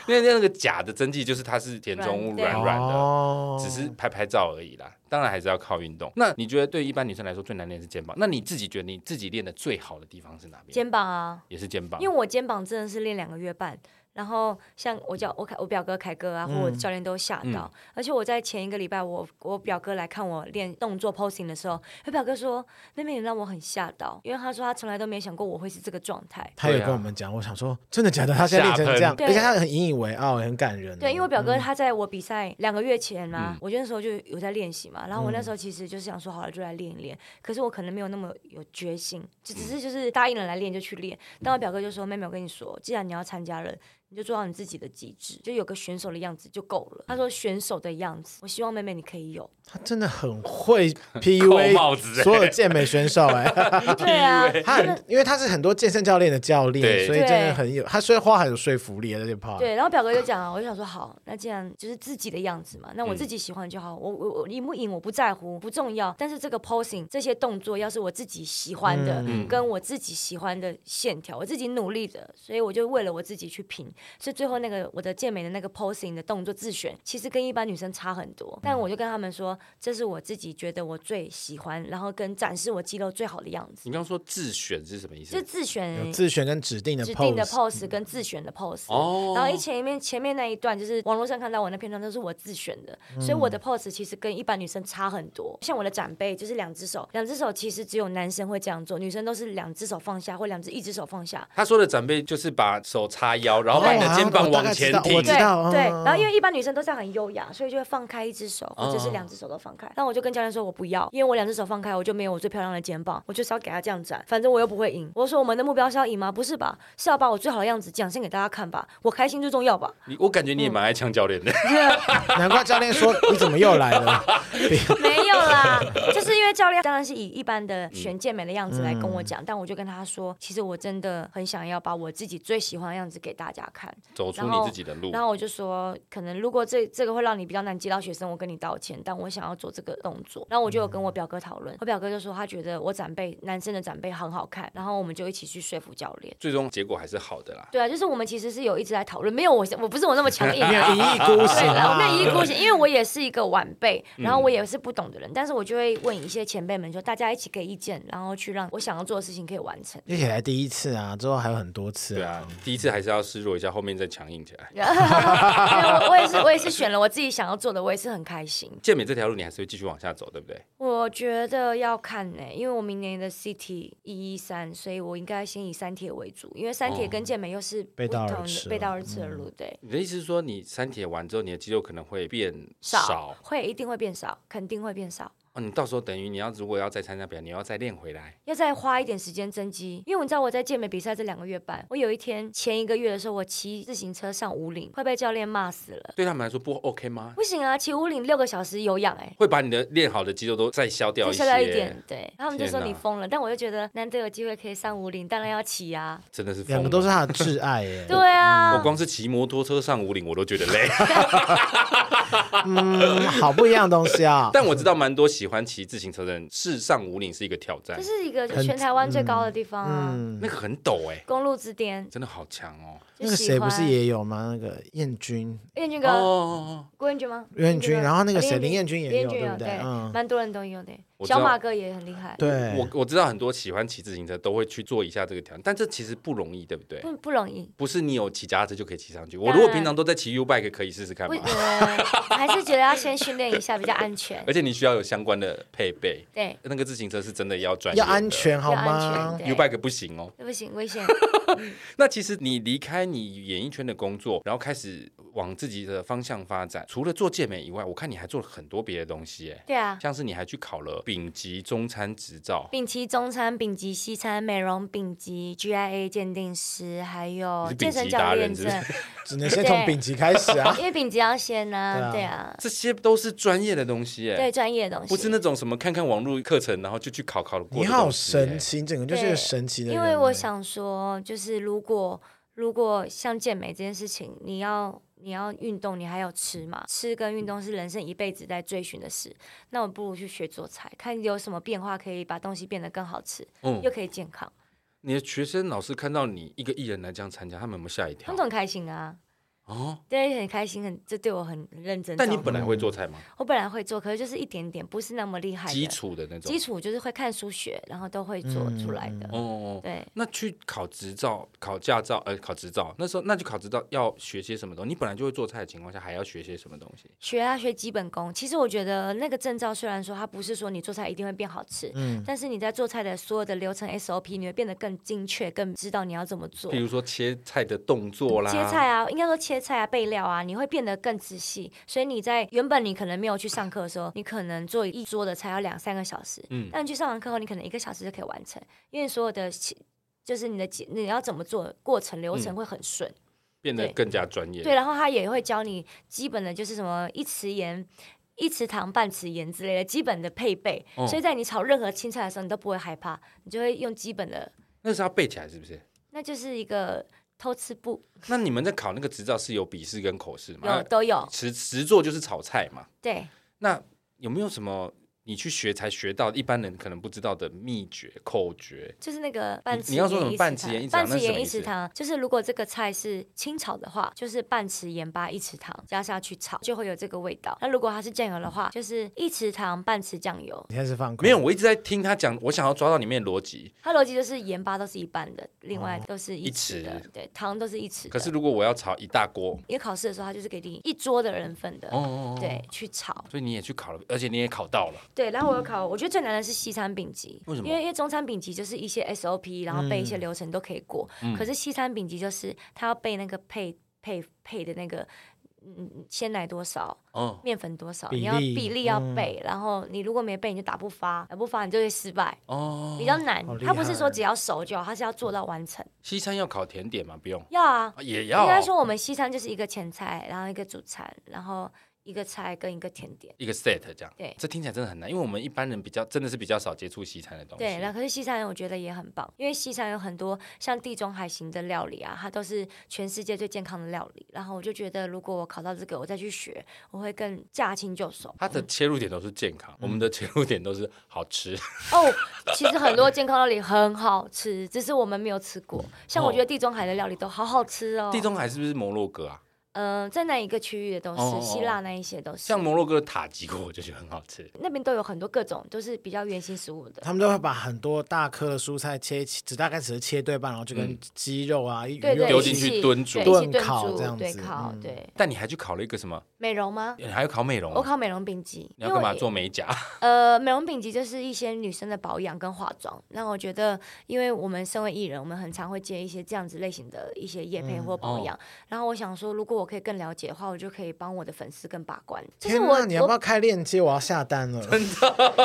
因为那个假的针剂就是它是填充物软软对软的，哦只是拍拍照而已啦。当然还是要靠运动。那你觉得对一般女生来说最难练是肩膀？那你自己觉得你自己练的最好的地方是哪边？肩膀啊，也是肩膀，因为我肩膀真的是练两个月半，然后像我叫我凯我表哥凯哥啊，或我的教练都吓嗯到，而且我在前一个礼拜我我表哥来看我练动作 posing 的时候，我表哥说那边也让我很吓到，因为他说他从来都没想过我会是这个状态。他有跟我们讲，我想说，真的假的？他现在练成这样，啊吓喷而且他很引以为傲，很感人。对，因为我表哥他在我比赛两个月前嘛、我就那时候就有在练习嘛，然后我那时候其实就是想说好了就来练一练，可是我可能没有那么有决心，就只是就是答应了来练就去练。但我表哥就说：“妹妹，我跟你说，既然你要参加了，你就做好你自己的极致，就有个选手的样子就够了。”他说：“选手的样子，我希望妹妹你可以有。他真的很会 (laughs) 扣帽欸 PUA 子所有健美选手哎、” (laughs) 对啊，他真的很，因为他是很多健身教练的教练，对所以真的很有，他说话很有说服力的这些 part。对，然后表哥就讲啊，我就想说好，那既然就是自己的样子嘛，那我自己喜欢就好，我我我赢不赢我不在乎，不重要。但是这个 posing 这些动作要是我自己喜欢的，跟我自己喜欢的线条，我自己努力的，所以我就为了我自己去拼。所以最后那个我的健美的那个 posing 的动作自选，其实跟一般女生差很多。但我就跟他们说，这是我自己觉得我最喜欢，然后跟展示我肌肉最好的样子， (laughs) 你刚刚说自选是什么意思就？自选有自选跟指定的指定的 pose，嗯 pose 跟自选的 pose，、哦然后一前面前面那一段就是网络上看到我那片段都是我自选的，所以我嗯的 pose 其实跟一般女生差很多。像我的展背就是两只手，两只手其实只有男生会这样做，女生都是两只手放下或两只一只手放下。他说的长辈就是把手叉腰，然后把你哦的肩膀我大往概前知道挺我知对道嗯对，嗯然后因为一般女生都这样很优雅，所以就会放开一只手或者是两只嗯手都放开。但我就跟教练说，我不要，因为我两只手放开，我就没有我最漂亮的肩膀，我就是要给她这样展，反正我又不会赢。我说我们的目标是要赢吗？不是吧？是要把我最好的样子展现给大家看吧，我开心最重要吧。你我感觉你也蛮爱呛教练的， (laughs) 难怪教练说你怎么又来 (laughs) 了？没有啦，就是因为教练当然是以一般的选健美的样子来跟我讲，但我就跟他说，其实我真的很想要把我自己最喜欢的样子给大家看。走出然你后自己的路然。后我就说，可能如果这这个会让你比较难接到学生，我跟你道歉，但我想要做这个动作。然后我就有跟我表哥讨论，我表哥就说他觉得我长辈男生的长辈很好看，然后我们就一起去说服教练。最终结果还是好的啦。对啊，就是我们其实是有一直在讨论，没有我我不是我那么强硬啊，没 (laughs) 有一意孤行 (laughs) 对，然后啊！我没有一意嗯孤行，因为我也是一个晚辈，然后我也是不懂的人，但是我就会问一些前辈们说，大家一起给意见，然后去让我想要做的事情可以完成。 (laughs) 这也才第 (laughs) 一次啊，之后还有很多次对啊。啊，第一次还是要示弱一下，后面再强硬起来。因为我我也是我也是选了我自己想要做的，我也是很开心。健美这条路你还是会继续往下走，对不对？我觉得要看呢、因为我明年的 CT 一一三，所以我应该先以三铁为主，因为三铁跟健美又是不背道而同驰的了背道而驰的路，对，你的意思是说，你删帖完之后，你的肌肉可能会变少会一定会变少，肯定会变少。哦？你到时候等于你要如果要再参加比赛，你要再练回来。要再花一点时间增肌，因为你知道我在健美比赛这两个月半，我有一天前一个月的时候，我骑自行车上五岭，快被教练骂死了。对他们来说不 OK 吗？不行啊，骑五岭六个小时有氧哎、会把你的练好的肌肉都再消掉就一些，消掉一点，对，他们就说天哪你疯了，但我就觉得难得有机会可以上五岭，当然要骑啊，真的是疯了两个都是。他的挚爱 (laughs) 耶。对哎嗯啊我，光是骑摩托车上五岭，我都觉得累。嗯，好不一样的东西 (laughs) 啊。但我知道蛮多喜欢骑自行车的人，是上五岭是一个挑战这，是一个很全台湾最高的地方啊，嗯，那个很陡哎、公路之巅，真的好强哦。那个谁不是也有吗？那个燕君，燕军哦哥？哦哦，郭燕军吗？郭彦均燕军哥然后那个哦谁林燕彦军均也林有军对不对嗯蛮多人都有的，我知道小马哥也很厉害，哦对，我我知道很多喜欢骑自行车都会去做一下这个挑战，但这其实不容易，对不对？不不容易，不是你有骑脚踏车就可以骑上去。我当如果然平常都在骑 U bike，可以试试看不，嘛。呃，还是觉得要先训练一下比较安全而。且你需要有相关的配备，对，那个自行车是真的要专业，要安。全好要安吗全，？对 U bike 不行哦。对不行，危险。那其实你离开你演艺圈的工作，然后开始往自己的方向发展，除了做健美以外，我看你还做了很多别的东西，哎，对啊，像是你还去考了丙级中餐执照，丙级中餐、丙级西餐、美容丙级 GIA 鉴定师，还有你是丙健身级教达练人是证不，只能先从丙级开始啊。因为丙级要先呢，对对啊啊，这些都是专业的东西，哎，对专业的东西。不是那种什么看看网络课程，然后就去考考了过你的好东西。神哎奇，你整个就是一个神奇的人因欸。为我想说，就是如果如果像健美这件事情，你要你要运动，你还要吃嘛，吃跟运动是人生一辈子在追寻的事。那我不如去学做菜，看有什么变化可以把东西变得更好吃，嗯又可以健康。你的学生老师看到你一个艺人来这样参加，他们有没有吓一他跳们？都很开心啊，哦，对，很开心，很这对我很很认真照顾。但你本来会做菜吗？我本来会做，可是就是一点点，不是那么厉害的。基础的那种基。础就是会看书学，然后都会做出来的。哦哦，哦对，那去考执照、考驾照，呃，考执照那时候，那就考执照要学些什么东西？你本来就会做菜的情况下，还要学些什么东西？学啊学基本功。其实我觉得那个证照虽然说它不是说你做菜一定会变好吃，嗯但是你在做菜的所有的流程 SOP，你会变得更精确，更知道你要怎么做比。如说切菜的动作啦，切菜啊，应该说切菜啊、备料啊，你会变得更仔细。所以你在原本你可能没有去上课的时候，你可能做一桌的菜要两三个小时，嗯但你去上完课后，你可能一个小时就可以完成，因为所有的其就是你的结你要怎么做过程流程嗯会很顺。变得对更加专业。对，然后他也会教你基本的，就是什么一匙盐、一匙糖、半匙盐之类的基本的配备。哦所以在你炒任何青菜的时候，你都不会害怕，你就会用基本的，那是要背起来是不是？那就是一个偷吃步，那你们在考那个执照是有笔试跟口试吗？有都有。实实做就是炒菜嘛。对，那有没有什么你去学才学到一般人可能不知道的秘诀、口诀？就是那个半匙你要说盐什么一匙半匙糖盐一匙半糖那匙是什么盐一意思匙糖，就是如果这个菜是清炒的话，就是半匙盐巴一匙糖加下去炒，就会有这个味道。那如果它是酱油的话，就是一匙糖半匙酱油。你开始放空没有，我一直在听他讲，我想要抓到里面的逻辑。它逻辑就是盐巴都是一半的，另外都是一哦一匙的，匙对，糖都是一匙的。可是如果我要炒一大锅，因为考试的时候，他就是给你一桌的人份的，哦哦哦，对，去炒。所以你也去考了，而且你也考到了。对，然后我有考，我觉得最难的是西餐丙级，为什么因为因为中餐丙级就是一些 SOP，然后背一些流程都可以过，可是西餐丙级就是他要背那个配配配的那个。嗯，鲜奶多少，哦，面粉多少，比你要例比例要背，然后你如果没背，你就打不发，打不发你就会失败，哦，比较难好。厉他不是害说只要熟就好，他是要做到完成。西餐要考甜点吗？不用，要啊，啊也要应该说我们西餐就是一个前菜，然后一个主餐，然后一个菜跟一个甜点。一个 set 这样。对这听起来真的很难，因为我们一般人比较真的是比较少接触西餐的东西。对，那可是西餐我觉得也很棒，因为西餐有很多像地中海型的料理啊，它都是全世界最健康的料理。然后我就觉得，如果我考到这个，我再去学，我会更驾轻就熟。它的切入点都是健康，我们的切入点都是好吃。嗯哦，其实很多健康料理很好吃，只是我们没有吃过。像我觉得地中海的料理都好好吃哦。哦地中海是不是摩洛哥啊？嗯、在那一个区域的都是，哦哦哦希腊那一些都是像，摩洛哥的塔吉锅，我就觉得很好吃。那边都有很多各种都是比较原型食物的。他们都会把很多大颗的蔬菜切，只大概只是切对半，然后就跟嗯鸡肉啊、鱼对对，丢肉进去一起炖煮对一起炖烤这样对子烤，嗯对但你还去考了一个什么？美容吗？你还要考美容啊？我考美容丙级，你要因为干嘛我做美甲？呃，美容丙级就是一些女生的保养跟化妆。那我觉得，因为我们身为艺人，我们很常会接一些这样子类型的一些业嗯配或保哦养。然后我想说，如果我可以更了解的话，我就可以帮我的粉丝更把关。就是天我，你要不我要开链接？我要下单 (laughs) 了。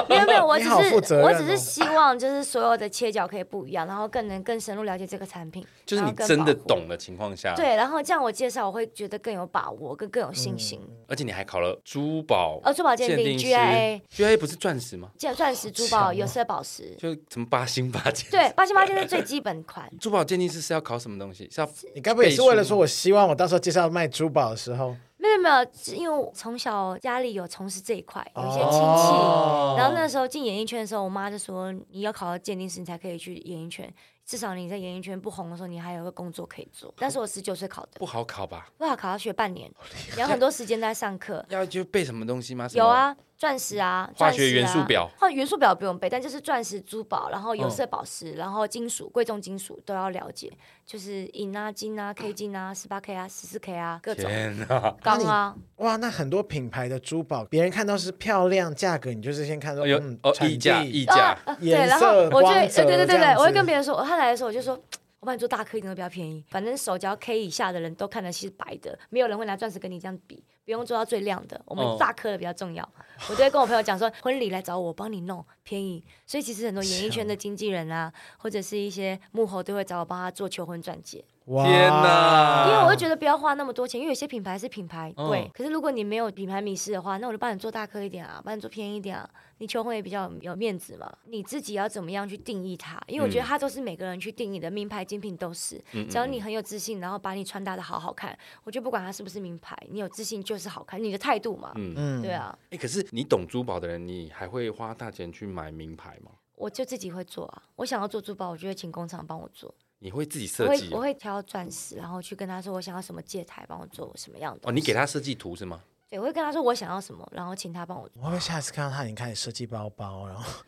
没有没 (laughs) 有，我你只好负是、责任我哦只是希望就是所有的切角可以不一样，然后更能更深入了解这个产品，就是你然后更真的保护。懂的情况下，，啊对，然后这样我介绍，我会觉得更有把握，跟更有信心。嗯而且你还考了珠宝呃，珠宝鉴定定师 GIA， GIA 不是钻石吗？像钻石、珠强宝、哦有色宝石，就是什么八星八戒？对，，八千八千是最基本款。珠宝鉴定师是要考什么东西？是要你该不会也是为了说，我希望我到时候介绍卖珠宝的时候，没有没有，是因为我从小家里有从事这一块，有一些亲戚。哦然后那时候进演艺圈的时候，我妈就说你要考到鉴定师，你才可以去演艺圈。至少你在演艺圈不红的时候，你还有个工作可以做。但是我十九岁考的，不好考吧？不好考要学半年，然后很多时间在 (laughs) 上课。要就背什么东西吗？什么有，啊，钻石啊，化钻石啊学元素表，化元素表不用背，但就是钻石、珠宝，然后有色宝石，然后金属、贵重金属都要了解，就是银啊、金啊、K 金啊、十八 K 啊、十四 K 啊，各种天 (laughs) 啊！钢啊，哇，那很多品牌的珠宝，别人看到是漂亮价格，你就是先看到哦有嗯，哦，产溢价地溢价， (laughs) 啊对，颜然后色我就会光对泽对对对这对，样我会子跟别人说，我他来的时候我就说。我帮你做大颗一点都比较便宜，反正手只要 K 以下的人都看得起白的，没有人会拿钻石跟你这样比，不用做到最亮的，我们哦大颗的比较重要。我都会跟我朋友讲说，婚礼来找我，我帮你弄便宜。所以其实很多演艺圈的经纪人啊，或者是一些幕后都会找我帮他做求婚钻戒，哇天哪因为我会觉得不要花那么多钱，因为有些品牌是品牌嗯贵，可是如果你没有品牌迷失的话，那我就帮你做大颗一点啊，帮你做便宜一点啊，你求婚也比较有有面子嘛。你自己要怎么样去定义它？因嗯为我觉得它都是每个人去定义的，名牌精品都是，只要你很有自信，然后把你穿搭的好好看，我就不管它是不是名牌，你有自信就是好看，你的态度嘛，嗯，嗯对啊。哎，可是你懂珠宝的人，你还会花大钱去买名牌吗？我就自己会做啊。我想要做珠宝，我就会请工厂帮我做。你会自己我设会计啊我会挑钻石，然后去跟他说我想要什么戒台，帮我做什么样的。哦？你给他设计图是吗？对，我会跟他说我想要什么，然后请他帮我做。我会不会下次看到他已经开始设计包包，然后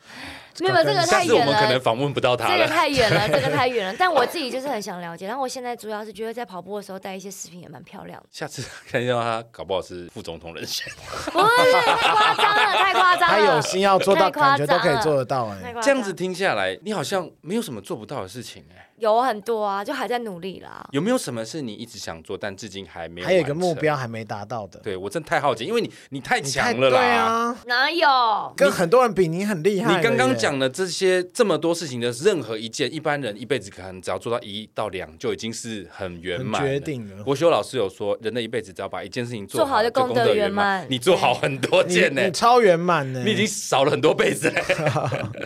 没有没有这个下太次我远们可了能。访问不到他这个了。太远了，这 (laughs) 个太远了。但我自己就是很想了解，然后我现在主要是觉得在跑步的时候带一些饰品也蛮漂亮的。 (laughs) 下次看到他，搞不好是副总统人选。不是太夸张了，太夸张了。他有心要做到，太夸感觉张都可以了做得到太哎、夸张这样子听下来，你好像没有什么做不到的事情哎、 (laughs) 有很多啊，就还在努力啦。有没有什么是你一直想做，但至今还没有？还有一个目，标还没达到的，对我真太好奇，因为你你太你强太了啦。对啊，哪有？跟很多人比，你很厉害了耶。你刚刚讲的这些这么多事情的任何一件，一般人一辈子可能只要做到一到两就已经是很圆满很了。决定了国修老师有说，人的一辈子只要把一件事情做好好就就功功德德圆圆满你做好很多你件呢、你超圆满呢，欸你已经少了很多 (laughs) 辈子嘞、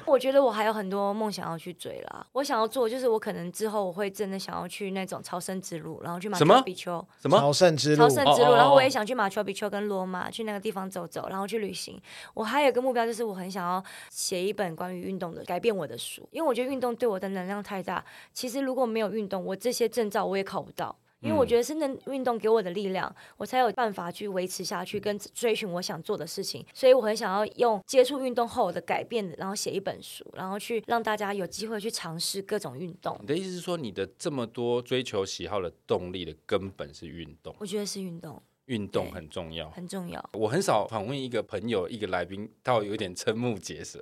我觉得我还有很多梦想要去追啦。我想要做，就是我可能之后我会真的想要去那种朝圣之路，然后去马什么丘比丘。什么？朝圣之路朝，圣之哦哦路，哦然后我也想去马丘比丘跟罗马，去那个地方走走，然后去旅行。我还有一个目标，就是我很想要写一本关于运动的改变我的书，因为我觉得运动对我的能量太大。其实如果没有运动，我这些证照我也考不到。因为我嗯觉得是能运动给我的力量，我才有办法去维持下去，跟追寻我想做的事情。所以我很想要用接触运动后的改变，然后写一本书，然后去让大家有机会去尝试各种运动你。的意思是说，你的这么多追求喜好的动力的根本是运动，我觉得是运动运动对很重要。很重要。我很少访问一个朋友、一个来宾，到有一点瞠目结舌，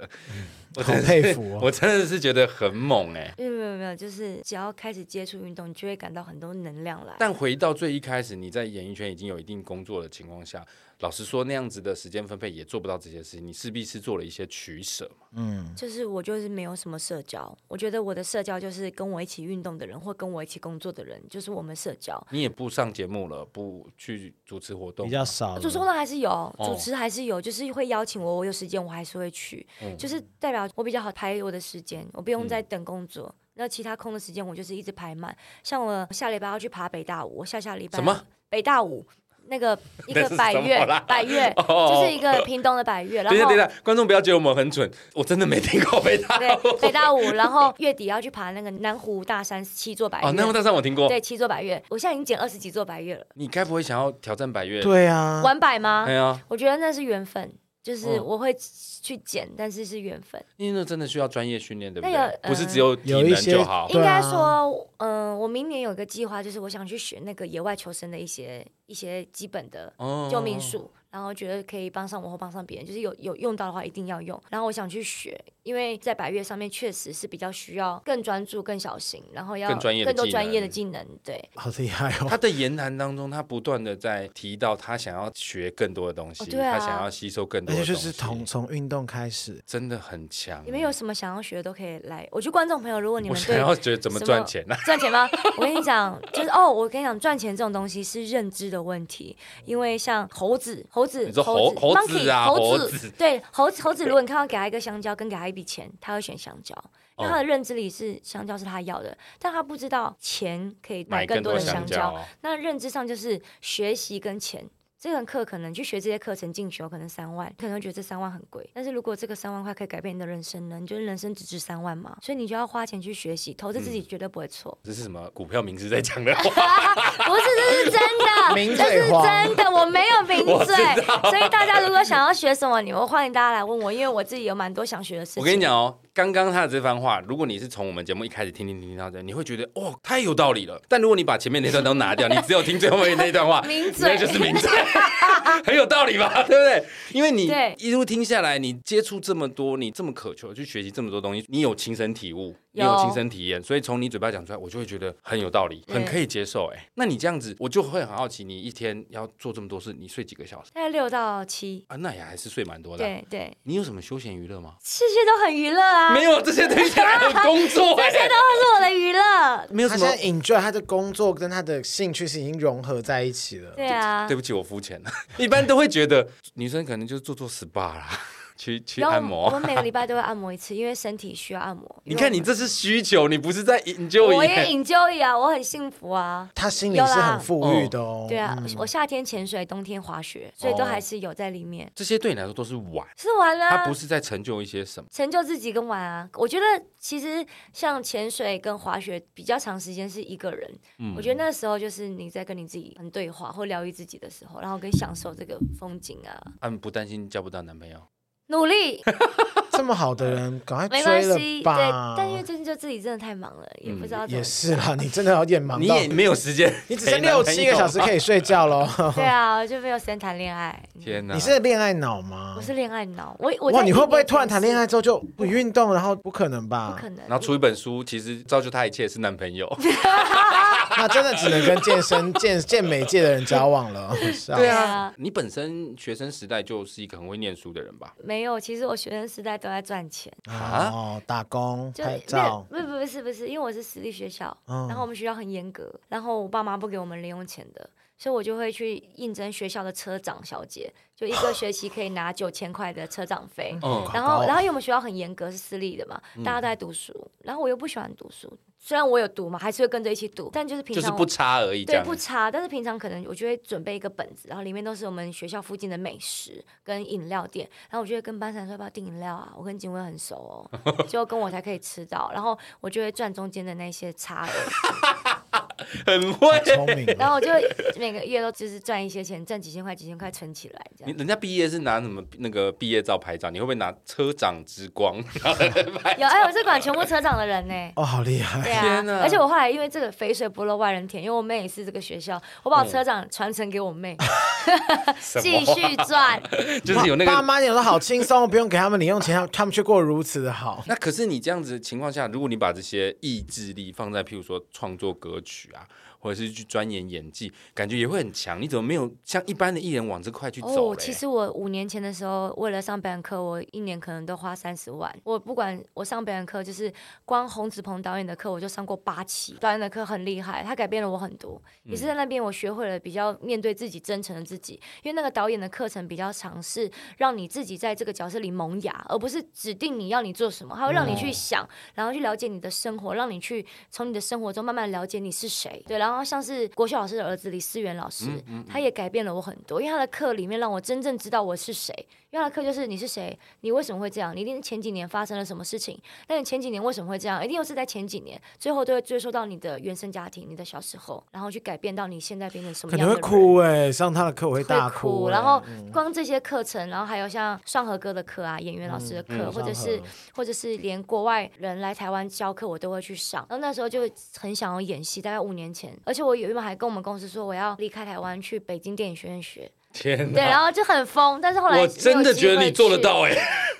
我好真的佩服哦。我真的是觉得很猛哎、没有没有没有，就是只要开始接触运动，你就会感到很多能量来。但回到最一开始，你在演艺圈已经有一定工作的情况下，老实说，那样子的时间分配也做不到这些事情，你势必是做了一些取舍嘛。嗯，就是我就是没有什么社交，我觉得我的社交就是跟我一起运动的人或跟我一起工作的人，就是我们社交。你也不上节目了，不去主持活动，比较少了。嗯主持活动还是哦有，主持还是有，就是会邀请我，我有时间我还是会去，哦就是代表我比较好排我的时间，我不用嗯再等工作。那其他空的时间我就是一直排满，像我下礼拜要去爬北大舞，我下下礼拜什么北大舞 (laughs) 那个一那个是百什么越啦百越， (laughs) 哦就是一个屏东的百越，然等一下，后等一下，观众不要觉得我们很蠢，我真的没听过北大 (laughs) 对，北大五，然后月底要去爬那个南湖大山七座百岳。哦，那么大山我听过。对，七座百岳，我现在已经减二十几座百岳了。你该不会想要挑战百越？，对啊，玩百吗哎？呀，我觉得那是缘分，就是嗯我会去减，但是是缘分。因为那真的需要专业训练，对不那对个？不是只有体有一能些就好。对应啊该说，嗯、我明年有个计划，就是我想去学那个野外求生的一些一些基本的哦救命术，然后觉得可以帮上我或帮上别人，就是有有用到的话一定要用。然后我想去学，因为在百越上面确实是比较需要更专注、更小心，然后要更专业的多技专业的能技能。对，好厉害他 (laughs) 哦。的言谈当中，他不断的在提到他想要学更多的东西，哦对啊他想要吸收更多而的且东西，就是从从运动开始，真的很强。你们有什么想要学的都可以来。我觉得观众朋友，如果你我们想对要觉得怎么赚钱啊？ (laughs) 赚钱吗？我跟你讲，就是哦，我跟你讲，赚钱这种东西是认知的问题，因为像猴子，猴子你，说猴子猴子啊 monkey，猴猴子对，猴子，猴子，如果你看到给他一个香蕉，跟给他一笔钱，他会选香 (laughs) 蕉。哦因为他的认知里是香蕉是他要的，但他不知道钱可以买更更多的的香香蕉。蕉，那认知上就是学习跟钱。这门课可能去学这些课程进修，可能三万，可能会觉得这三万很贵。但是如果这个三万块可以改变你的人生呢？你觉得人生只值三万吗？所以你就要花钱去学习，投资自己嗯绝对不会错。这是什么股票名师在讲的话？不是，这是真名 (laughs) 的，这嘴是皇真的，我没有名我知嘴。所以大家如果想要学什么，你们欢迎大家来问我，因为我自己有蛮多想学的事情。我跟你讲哦，刚刚他的这番话，如果你是从我们节目一开始听听听听到这，你会觉得哦太有道理了。但如果你把前面那段都拿掉，你只有听最后面那段话， (laughs) 名嘴那就是名嘴， (laughs) 很有道理 (laughs) 吧？对不对？因为你对一路听下来，你接触这么多，你这么渴求去学习这么多东西，你有亲身体悟，你有有亲身体验，所以从你嘴巴讲出来，我就会觉得很有道理，对很可以接受。哎，那你这样子，我就会很好奇，你一天要做这么多事，你睡几个小时大概六到七，啊？那也还是睡蛮多的啊。对对，你有什么休闲娱乐吗？这些都很娱乐啊，没有，这些听起来很工作、 (laughs) 这些哎都是我的娱乐。没有他什现么在。enjoy 他的工作跟他的兴趣是已经融合在一起了。对 (laughs) 啊对，不起，我肤浅了。一般都会觉得女生可能就是做做 SPA 啦， (laughs) 去去然后按摩我。每个礼拜都会按摩一次，因为身体需要按摩。 (laughs) 你看，你这是需求，你不是在引咎我也耶。 enjoy 啊，我很幸福啊。他心里有是啦很富裕的哦。对啊嗯，我夏天潜水，冬天滑雪，所以都哦还是有在里面。这些对你来说都是玩，是玩啊，嗯它不是在成就一些什么。成就自己跟玩啊。我觉得其实像潜水跟滑雪比较长时间是一个人，嗯我觉得那时候就是你在跟你自己很对话或疗愈自己的时候，然后跟享受这个风景啊。啊，你不担心交不到男朋友？(laughs) 努力这么好的 (laughs) 人，赶快没关追了系，对吧。，但因为最近就自己真的太忙了，也不知嗯道怎么。也是啦，你真的有点忙你到，也没有时间 (laughs) ，你只剩六七个小时。可以睡觉 (laughs) 喽。对啊，就没有时间谈恋爱。天哪！你是恋爱脑吗我？是恋爱脑，我我啊哇，在你一会不会年突然谈恋爱前之后就不运动，然后不可能是？吧？不可能，然后出一本书，其实造就他一切是男朋友。 (laughs) 那真的只能跟健身、健健美界的人交往了。是啊 (laughs) 对啊，你本身学生时代就是一个很会念书的人吧？没有。其实我学生时代都在赚钱，啊哦，打工就拍没有照，不不不是不是，因为我是私立学校，嗯然后我们学校很严格，然后我爸妈不给我们零用钱的，所以我就会去应征学校的车长小姐，就一个学期可以拿九千块的车长费。嗯，然好高后哦，然后因为我们学校很严格，是私立的嘛，大家都在读书，然后我又不喜欢读书，虽然我有读嘛，还是会跟着一起读，但就是平嗯就是常我不差而已，这对，样不差。但是平常可能我就会准备一个本子，然后里面都是我们学校附近的美食跟饮料店，然后我就会跟班上说要不要订饮料啊？我跟警卫很熟哦， (laughs) 只有跟我才可以吃到，然后我就会赚中间的那些 (laughs) 差额，很会。聪明然哦。后我就每个月都就是赚一些钱，赚几千块、几千块存起来这你样。人家毕业是拿什么那个毕业照拍照？你会不会拿车长之光？ (laughs) 有哎，我是管全部车长的人呢、哦，好厉害！对啊天哪，而且我后来因为这个肥水不落外人田，因为我妹也是这个学校，我嗯把我车长传承给 (laughs) 我妹，什继么？续赚。就是有那爸个。妈，你都好轻松，不用给他们零用钱，他他们却过如此的好。那可是你这样子的情况下，如果你把这些意志力放在譬如说创作歌曲啊，或者是去钻研演技，感觉也会很强。你怎么没有像一般的艺人往这块去走哦，嘞？其实我五年前的时候，为了上表演课，我一年可能都花三十万。我不管我上表演课，就是光洪子鹏导演的课，我就上过八期。导演的课很厉害，他改变了我很多。也是在那边，我学会了比较面对自己真诚的自己。因为那个导演的课程比较尝试让你自己在这个角色里萌芽，而不是指定你要你做什么，他会让你去想，然后去了解你的生活，让你去从你的生活中慢慢了解你是谁。对，然后像是国秀老师的儿子李思源老师，他也改变了我很多，因为他的课里面让我真正知道我是谁。因为他的课就是你是谁，你为什么会这样，你一定是前几年发生了什么事情，那你前几年为什么会这样，一定又是在前几年，最后都会追溯到你的原生家庭、你的小时候，然后去改变到你现在变成什么可样能会的人哭哎，上他的课我会大会哭，欸然后嗯光这些课程，然后还有像上河哥的课啊，演员老师的课，嗯或者上是或者是连国外人来台湾教课，我都会去上。然后那时候就很想要演戏，大概五年前，而且我有一本还跟我们公司说我要离开台湾去北京电影学院学，天 (laughs) 对，哪！然后就很疯，但是后来我真的觉得你做得到哎、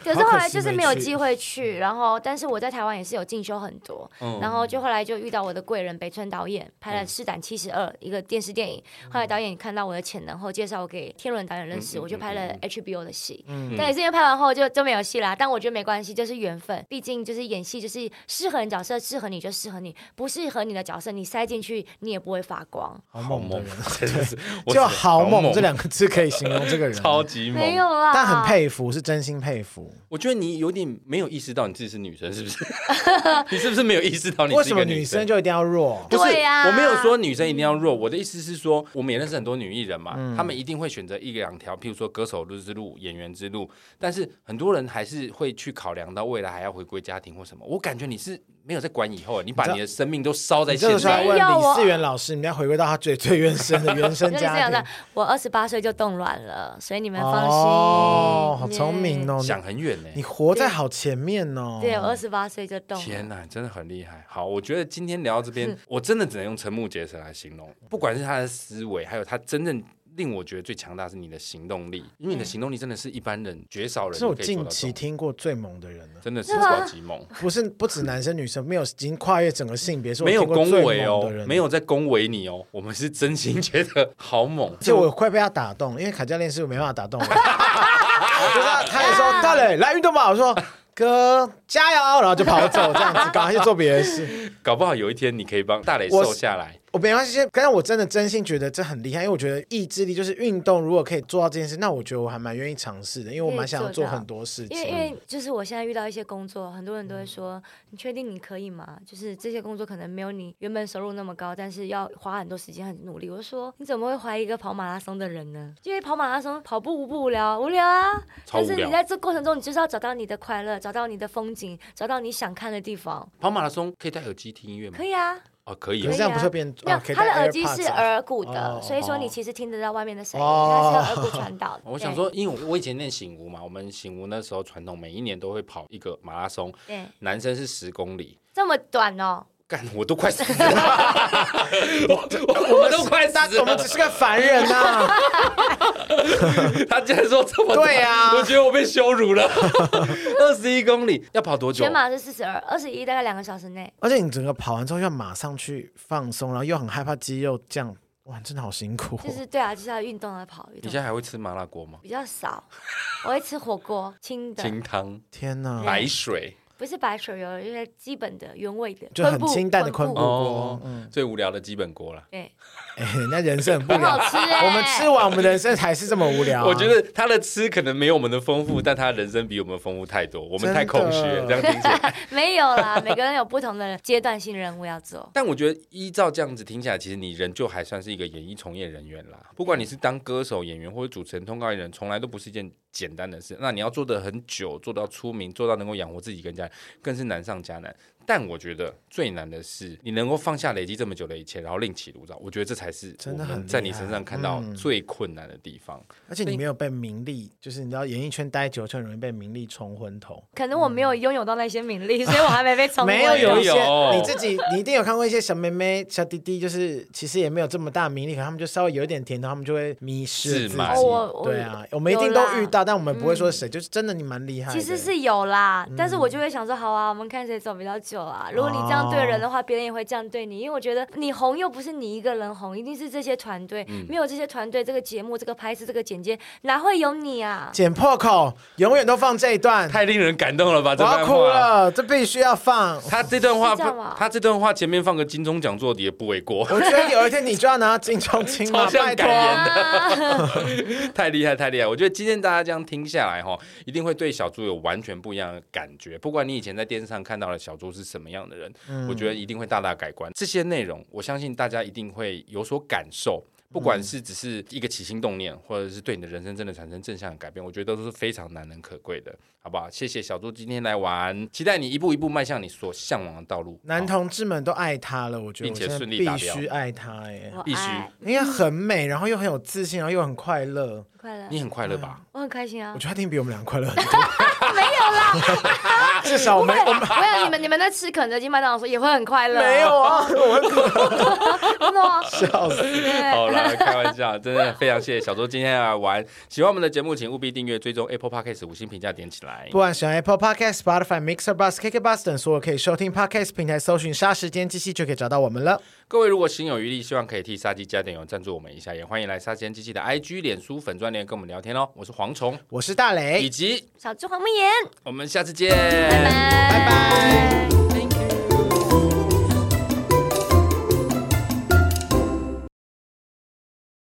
可是好可后来惜就是没没有去机会去，然后但是我在台湾也是有进修很多，嗯然后就后来就遇到我的贵人北村导演拍了《试胆七十二》一个电视电影，嗯后来导演看到我的潜能后介绍我给天伦导演认识，我嗯就拍了 HBO 的戏，但也是因为拍完后就就没有戏啦，但我觉得没关系，就是缘分，毕竟就是演戏就是适合你角色适合你就适合你，不适合你的角色你塞进去你也不会发光，好好猛的猛人，， (laughs) 真的是我就只好猛这两两个字可以形容这个人， (laughs) 啊超级猛。没有啦，嗯但很佩服，是真心佩服。我觉得你有点没有意识到你自己是女生，是 (laughs) 不是？你是不是没有意识到你为是一什个么女女生生？就一定要弱？不是对呀我没有说女生一定要弱，我的意思是说，我们也认识很多女艺人嘛，她们一定会选择一两条，譬如说歌手之路、演员之路，但是很多人还是会去考量到未来还要回归家庭或什么。我感觉你是没有在管以后，你把你的生命都烧在你这现个时候在要。问没有李我思源老师，你们要回归到他最最原生 (laughs) 的原生就是这家样庭的。，我二十八岁就冻卵了，所以你们放心。哦，好聪明哦！哦！想很远呢、你活在好前面哦。对，我二十八岁就冻了。天呐，真的很厉害。好，我觉得今天聊到这边，我真的只能用瞠目结舌来形容。不管是他的思维，还有他真正令我觉得最强大是你的行动力，因为你的行动力真的是一般人绝少这人是我可以做近到期的。听过最猛的人了，真的是啊超级猛，不是不止男生女生，没有已经跨越整个性别，是我没有听过恭最维猛哦的，人没。有在恭维你哦， (laughs) 我们是真心觉得好猛。 (laughs) 就我快被他打动，因为凯教练是没办法打 (laughs) 动我。我就是他他也 (laughs) 说到了，来运动吧。我说哥加油，然后就跑走这样子，赶快去做别的事。搞不好有一天你可以帮大磊我瘦下来，我没关系，刚才我真的真心觉得这很厉害，因为我觉得意志力就是运动，如果可以做到这件事，那我觉得我还蛮愿意尝试的，因为我蛮想要做很多事因为情。因为就是我现在遇到一些工作，很多人嗯都会说，你确定你可以吗？就是这些工作可能没有你原本收入那么高，但是要花很多时间很努力。我就说你怎么会怀疑一个跑马拉松的人呢？因为跑马拉松跑步无不无聊，无聊啊。超但无是你聊。在这过程中，你就是要找到你的快乐，找到你的风景，找到你想看的地方。跑马拉松可以戴耳机听音乐吗可？以啊，哦，可以可哦是这样不是变没有，哦？可以他戴的耳机是 AirPods 啊耳骨的，哦所以说你哦其实听得到外面的声音，哦它是用耳骨传导的。我想说，因为我我以前念醒吾嘛，我们醒吾那时候传统每一年都会跑一个马拉松，对，对，男生是十公里。这么短哦，干，我都快死 (laughs) 了，我我我都快死但我们了只。是个凡人啊呐、他竟然说这么短对啊我觉得我被羞辱了。 (laughs) 二十一公里要跑多久全？马是四十二，二十一大概两个小时内。而且你整个跑完之后要马上去放松，然后又很害怕肌肉这样，哇，真的好辛苦、哦就是对啊，就是要运动来跑，运你动现在还会吃麻辣锅吗？比较少。 (laughs) 我会吃火锅，清的，清汤、天呐，对白水，不是白水油，就是基本的原味的，就很昆布清淡的昆布哦锅哦，嗯，最无聊的基本锅了。对，哎，那人生很不很好了。吃哎、我们吃完，我们人生还是这么无聊啊、我觉得他的吃可能没有我们的丰富，但他人生比我们丰富太多，我们太空虚了。真这的样听起来， (laughs) (laughs) 没有啦，每个人有不同的阶段性任务要做。但我觉得依照这样子听起来，其实你仍旧还算是一个演艺从业人员啦。不管你是当歌手、演员或者主持人、通告艺人，从来都不是一件简单的事。那你要做的很久，做到出名，做到能够养活自己跟家人，更是难上加难。但我觉得最难的是，你能够放下累积这么久的一切，然后另起炉灶。我觉得这才是真的我们很厉在你害身上看到嗯最困难的地方。而且你没有被名利，就是你知道演艺圈待久，就很容易被名利冲昏 (laughs) 头。可能我没有拥有到那些名利，所以我还没被成没有有一些有你自己，你一定有看过一些小妹妹、小弟弟，就是其实也没有这么大名利，可他们就稍微有一点甜头，他们就会迷失自自己。满哦，我我对啊，我们一定都遇到，但我们不会说谁，就是真的你蛮厉害的。嗯其实是有啦，但是我就会想说，好啊，我们看谁走比较久啊。如果你这样对哦人的话，别人也会这样对你，因为我觉得你红又不是你一个人红，一定是这些团队，嗯没有这些团队，这个节目、这个拍摄、这个剪接，哪会有 (laughs) 你啊？剪破口，永远都放这一段， (laughs) 太令人感动了吧！我这要段哭话。了，这必须要放。他这段话是这样吗，他这段话前面放个金钟奖座也不为过。 (laughs) 我觉得有一天你就要拿到金钟金马，超像拜感言托。太厉害，太厉害！我觉得今天大家这样听下来哈，一定会对小猪有完全不一样的感觉。不管你以前在电视上看到的小猪是什么样的人，嗯我觉得一定会大大改观。这些内容，我相信大家一定会有所感受。不嗯管是只是一个起心动念，或者是对你的人生真的产生正向的改变，我觉得都是非常难能可贵的，好不好？谢谢小猪今天来玩，期待你一步一步迈向你所向往的道路。 (laughs) 男同志们都爱她了，我觉得并我且现在顺利达必标须爱她耶，我必须爱因为很美，然后又很有自信，然后又很快乐。快乐好，你很快乐吧？我很开心啊我。觉得他一定比我们俩快乐很多。没有啦，至少我们对，啊没有你们，你们在吃肯德基、麦当劳的时候也会很快乐，哦没有，啊， (laughs) 真的哦吗？笑死。对，好啦，开玩笑，真的非常谢谢小周今天来玩。喜欢我们的节目，请务必订阅、追踪 Apple Podcast 五星评价点起来不。管喜欢 Apple Podcast、Spotify、Mixer、Bus、KK Bus 等所有可以收听 Podcast 平台，搜寻“杀时间机器”就可以找到我们了。各位如果心有余力，希望可以替杀鸡加点油赞助我们一下，也欢迎来杀鸡机器的 IG、脸书粉专连跟我们聊天哦。我是蝗虫，我是大以雷，及小猪黄木眼，我们下次见，拜拜拜拜拜。